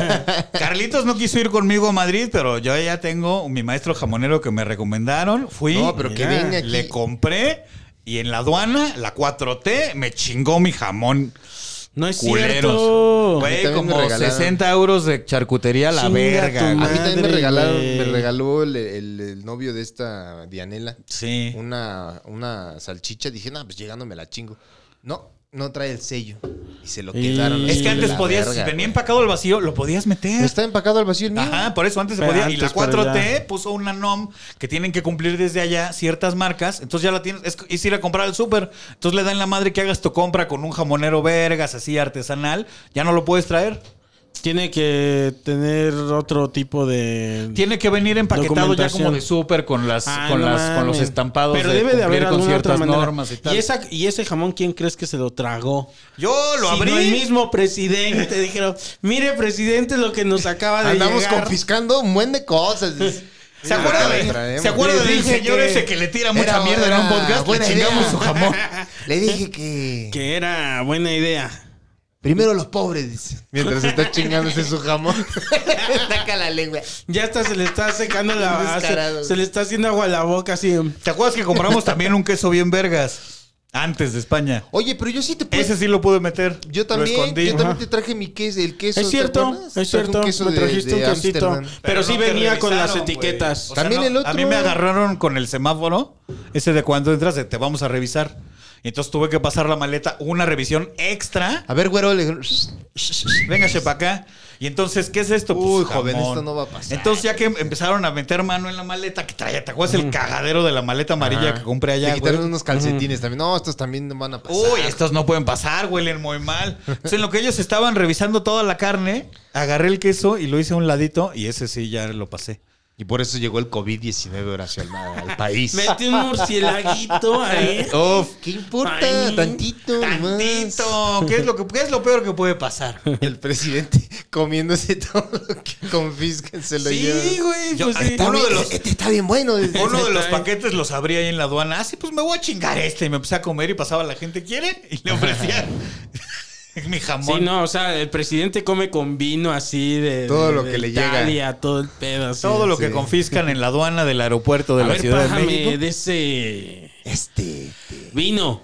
[SPEAKER 9] Carlitos no quiso ir conmigo a Madrid, pero yo ya tengo mi maestro jamonero que me recomendaron. Fui,
[SPEAKER 2] No, pero que
[SPEAKER 8] mira,
[SPEAKER 2] venga aquí.
[SPEAKER 9] le compré y en la aduana, la 4T, me chingó mi jamón.
[SPEAKER 8] No es
[SPEAKER 9] Culeros.
[SPEAKER 8] cierto.
[SPEAKER 2] A mí
[SPEAKER 9] Güey,
[SPEAKER 2] también me
[SPEAKER 9] como
[SPEAKER 2] regalaron.
[SPEAKER 9] 60 euros de charcutería a la
[SPEAKER 8] Chinga tu
[SPEAKER 9] verga.
[SPEAKER 2] A
[SPEAKER 9] güey.
[SPEAKER 2] mí también me
[SPEAKER 8] Madre,
[SPEAKER 2] regalaron,
[SPEAKER 8] güey.
[SPEAKER 2] me regaló el, el- el novio de esta Dianela
[SPEAKER 9] Sí.
[SPEAKER 2] una, una salchicha. Dije, no, pues llegándome la chingo. No, no trae el sello. Y se lo
[SPEAKER 8] Y-
[SPEAKER 2] quedaron.
[SPEAKER 9] Es
[SPEAKER 2] así
[SPEAKER 9] que
[SPEAKER 2] de
[SPEAKER 9] antes
[SPEAKER 2] la
[SPEAKER 9] podías,
[SPEAKER 2] verga,
[SPEAKER 9] si venía
[SPEAKER 2] güey.
[SPEAKER 9] empacado al vacío, lo podías meter.
[SPEAKER 2] Está empacado al vacío el mío.
[SPEAKER 9] Ajá, por eso antes se
[SPEAKER 8] Pero
[SPEAKER 9] podía. y
[SPEAKER 8] antes,
[SPEAKER 9] la
[SPEAKER 8] pero
[SPEAKER 9] 4T
[SPEAKER 8] ya.
[SPEAKER 9] puso una NOM que tienen que cumplir desde allá ciertas marcas. Entonces ya la tienes. Es, es ir a comprar al súper. Entonces le dan la madre que hagas tu compra con un jamonero vergas, así artesanal. Ya no lo puedes traer.
[SPEAKER 8] Tiene que tener otro tipo de.
[SPEAKER 9] Tiene que venir empaquetado ya como
[SPEAKER 8] Documentación.
[SPEAKER 9] de súper con las,
[SPEAKER 8] Ah,
[SPEAKER 9] con,
[SPEAKER 8] no
[SPEAKER 9] las con los
[SPEAKER 8] mames.
[SPEAKER 9] estampados.
[SPEAKER 8] Pero debe de
[SPEAKER 9] cumplir
[SPEAKER 8] haber
[SPEAKER 9] con
[SPEAKER 8] alguna
[SPEAKER 9] ciertas
[SPEAKER 8] otra manera.
[SPEAKER 9] normas y tal.
[SPEAKER 8] esa- y ese jamón, ¿quién crees que se lo tragó?
[SPEAKER 9] Yo
[SPEAKER 8] Sino
[SPEAKER 9] lo abrí.
[SPEAKER 8] el mismo presidente. Dijeron, mire, presidente, lo que nos acaba de
[SPEAKER 2] Andamos
[SPEAKER 8] llegar".
[SPEAKER 2] confiscando un buen de cosas.
[SPEAKER 12] ¿Se acuerdan
[SPEAKER 2] la
[SPEAKER 12] de-
[SPEAKER 2] traemos.
[SPEAKER 12] ¿se acuerdan
[SPEAKER 2] Les
[SPEAKER 12] del
[SPEAKER 2] dije
[SPEAKER 12] señor
[SPEAKER 2] que
[SPEAKER 12] ese que le tira mucha
[SPEAKER 2] era
[SPEAKER 12] mierda en un podcast? Le
[SPEAKER 2] buena idea.
[SPEAKER 12] chingamos su jamón.
[SPEAKER 2] Le dije que
[SPEAKER 8] Que era buena idea.
[SPEAKER 2] primero los pobres, dice. Mientras está chingándose su jamón. Saca la lengua.
[SPEAKER 8] Ya hasta se le está secando la.
[SPEAKER 2] Descarado.
[SPEAKER 8] Se, se le está haciendo agua a la boca así.
[SPEAKER 9] ¿Te acuerdas que compramos también un queso bien vergas? Antes de España.
[SPEAKER 2] Oye, pero yo sí te puedo...
[SPEAKER 9] Ese sí lo pude meter.
[SPEAKER 2] Pues, Yo
[SPEAKER 9] Lo
[SPEAKER 2] también,
[SPEAKER 9] escondí.
[SPEAKER 2] yo también te traje mi queso, el queso.
[SPEAKER 8] Es
[SPEAKER 2] ¿te
[SPEAKER 8] cierto,
[SPEAKER 2] acuerdas?
[SPEAKER 8] es
[SPEAKER 2] Traje un
[SPEAKER 8] cierto.
[SPEAKER 2] queso
[SPEAKER 8] Me
[SPEAKER 2] de- de
[SPEAKER 8] trajiste un quesito.
[SPEAKER 2] Ámsterdam.
[SPEAKER 8] Pero sí
[SPEAKER 12] no te
[SPEAKER 8] venía con las
[SPEAKER 12] revisaron, güey.
[SPEAKER 8] etiquetas.
[SPEAKER 12] O sea,
[SPEAKER 2] También
[SPEAKER 12] no-
[SPEAKER 2] el otro.
[SPEAKER 9] A mí me agarraron con el semáforo, ese de cuando entras, de te vamos a revisar. Y entonces tuve que pasar la maleta, una revisión extra.
[SPEAKER 2] A ver, güero, le...
[SPEAKER 9] Véngase para acá. Y entonces, ¿qué es esto? Pues,
[SPEAKER 2] Uy,
[SPEAKER 9] jamón.
[SPEAKER 2] joven, esto no va a pasar.
[SPEAKER 9] Entonces, ya que empezaron a meter mano en la maleta, que traía, ¿te acuerdas el cagadero de la maleta amarilla que compré allá?
[SPEAKER 2] Le quitaron
[SPEAKER 9] güey?
[SPEAKER 2] unos calcetines también. No, estos también no van a pasar.
[SPEAKER 9] Uy, estos no pueden pasar, huelen muy mal. Entonces, en lo que ellos estaban revisando toda la carne, agarré el queso y lo hice a un ladito y ese sí ya lo pasé.
[SPEAKER 2] Y por eso llegó el COVID-19 Horacio Almada al país.
[SPEAKER 8] Metí un murcielaguito ahí.
[SPEAKER 2] Uf, ¿qué importa?
[SPEAKER 8] Ay,
[SPEAKER 2] tantito, nomás.
[SPEAKER 9] Tantito, ¿qué es lo que qué es lo peor que puede pasar?
[SPEAKER 2] El presidente comiéndose todo lo que confiscan, se lo
[SPEAKER 8] Sí,
[SPEAKER 2] llevan.
[SPEAKER 8] güey.
[SPEAKER 9] Yo-
[SPEAKER 8] pues sí.
[SPEAKER 9] uno de los-
[SPEAKER 2] Este está bien bueno.
[SPEAKER 9] Uno de los paquetes los abrí ahí en la aduana. Ah, sí, pues me voy a chingar este. Y me empecé a comer y pasaba la gente, ¿quieren? Y le ofrecían mi jamón.
[SPEAKER 8] Sí, no, o sea, el presidente come con vino así de.
[SPEAKER 2] Todo
[SPEAKER 8] de-
[SPEAKER 2] lo
[SPEAKER 8] de
[SPEAKER 2] que le llega.
[SPEAKER 8] Italia, todo el pedo así.
[SPEAKER 9] Todo lo
[SPEAKER 2] sí.
[SPEAKER 9] que confiscan en la aduana del aeropuerto de
[SPEAKER 8] A
[SPEAKER 9] la
[SPEAKER 8] ver,
[SPEAKER 9] Ciudad de
[SPEAKER 8] pájame
[SPEAKER 9] México.
[SPEAKER 8] de ese
[SPEAKER 2] Este.
[SPEAKER 8] vino.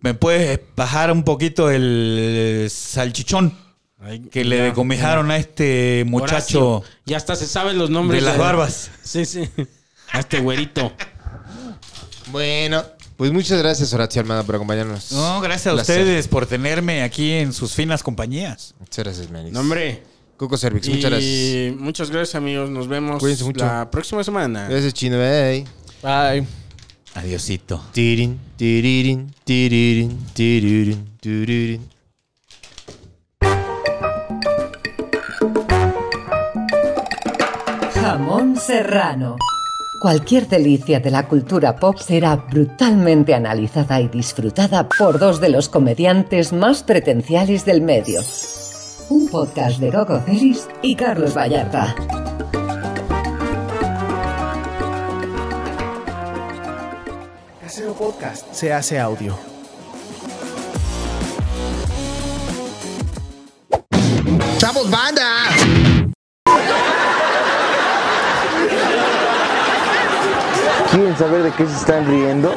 [SPEAKER 9] ¿Me puedes bajar un poquito el eh, salchichón que le decomijaron a este muchacho
[SPEAKER 8] Horacio. Ya hasta se saben los nombres.
[SPEAKER 9] de las barbas?
[SPEAKER 8] Sí, sí. A este güerito.
[SPEAKER 2] Bueno, pues muchas gracias, Horacio Almada, por acompañarnos.
[SPEAKER 9] No, gracias a
[SPEAKER 2] Placer.
[SPEAKER 9] ustedes por tenerme aquí en sus finas compañías.
[SPEAKER 2] Muchas gracias, Manis.
[SPEAKER 8] No, hombre.
[SPEAKER 2] Coco Cervix,
[SPEAKER 8] Y
[SPEAKER 2] muchas gracias.
[SPEAKER 8] muchas gracias, amigos. Nos vemos
[SPEAKER 2] Cuídense mucho.
[SPEAKER 8] la próxima semana.
[SPEAKER 2] Gracias, Chino. Bye.
[SPEAKER 13] Ay.
[SPEAKER 9] Adiosito.
[SPEAKER 2] Tirin, tiririn, tiririn, tiririn, tiririn.
[SPEAKER 6] Jamón serrano. Cualquier delicia de la cultura pop será brutalmente analizada y disfrutada por dos de los comediantes más pretenciales del medio. Un podcast de Coco Celis y Carlos Vallarta.
[SPEAKER 13] Casero Podcast se hace audio.
[SPEAKER 14] ¡Chavos, banda!
[SPEAKER 15] ¿Quieren saber de qué se están riendo?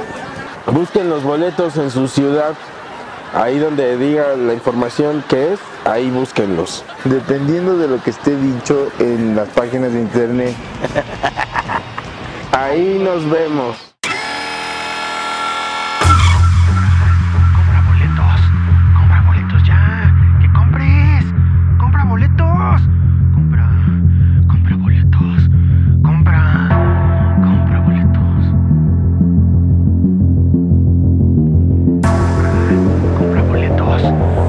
[SPEAKER 15] Busquen los boletos en su ciudad. Ahí donde diga la información que es, ahí búsquenlos. Dependiendo de lo que esté dicho en las páginas de internet. ahí nos vemos.
[SPEAKER 7] Compra boletos. Compra boletos ya. Que compres. Compra boletos. Compra. Compra boletos. Compra. Compra boletos. Compra. Compra boletos.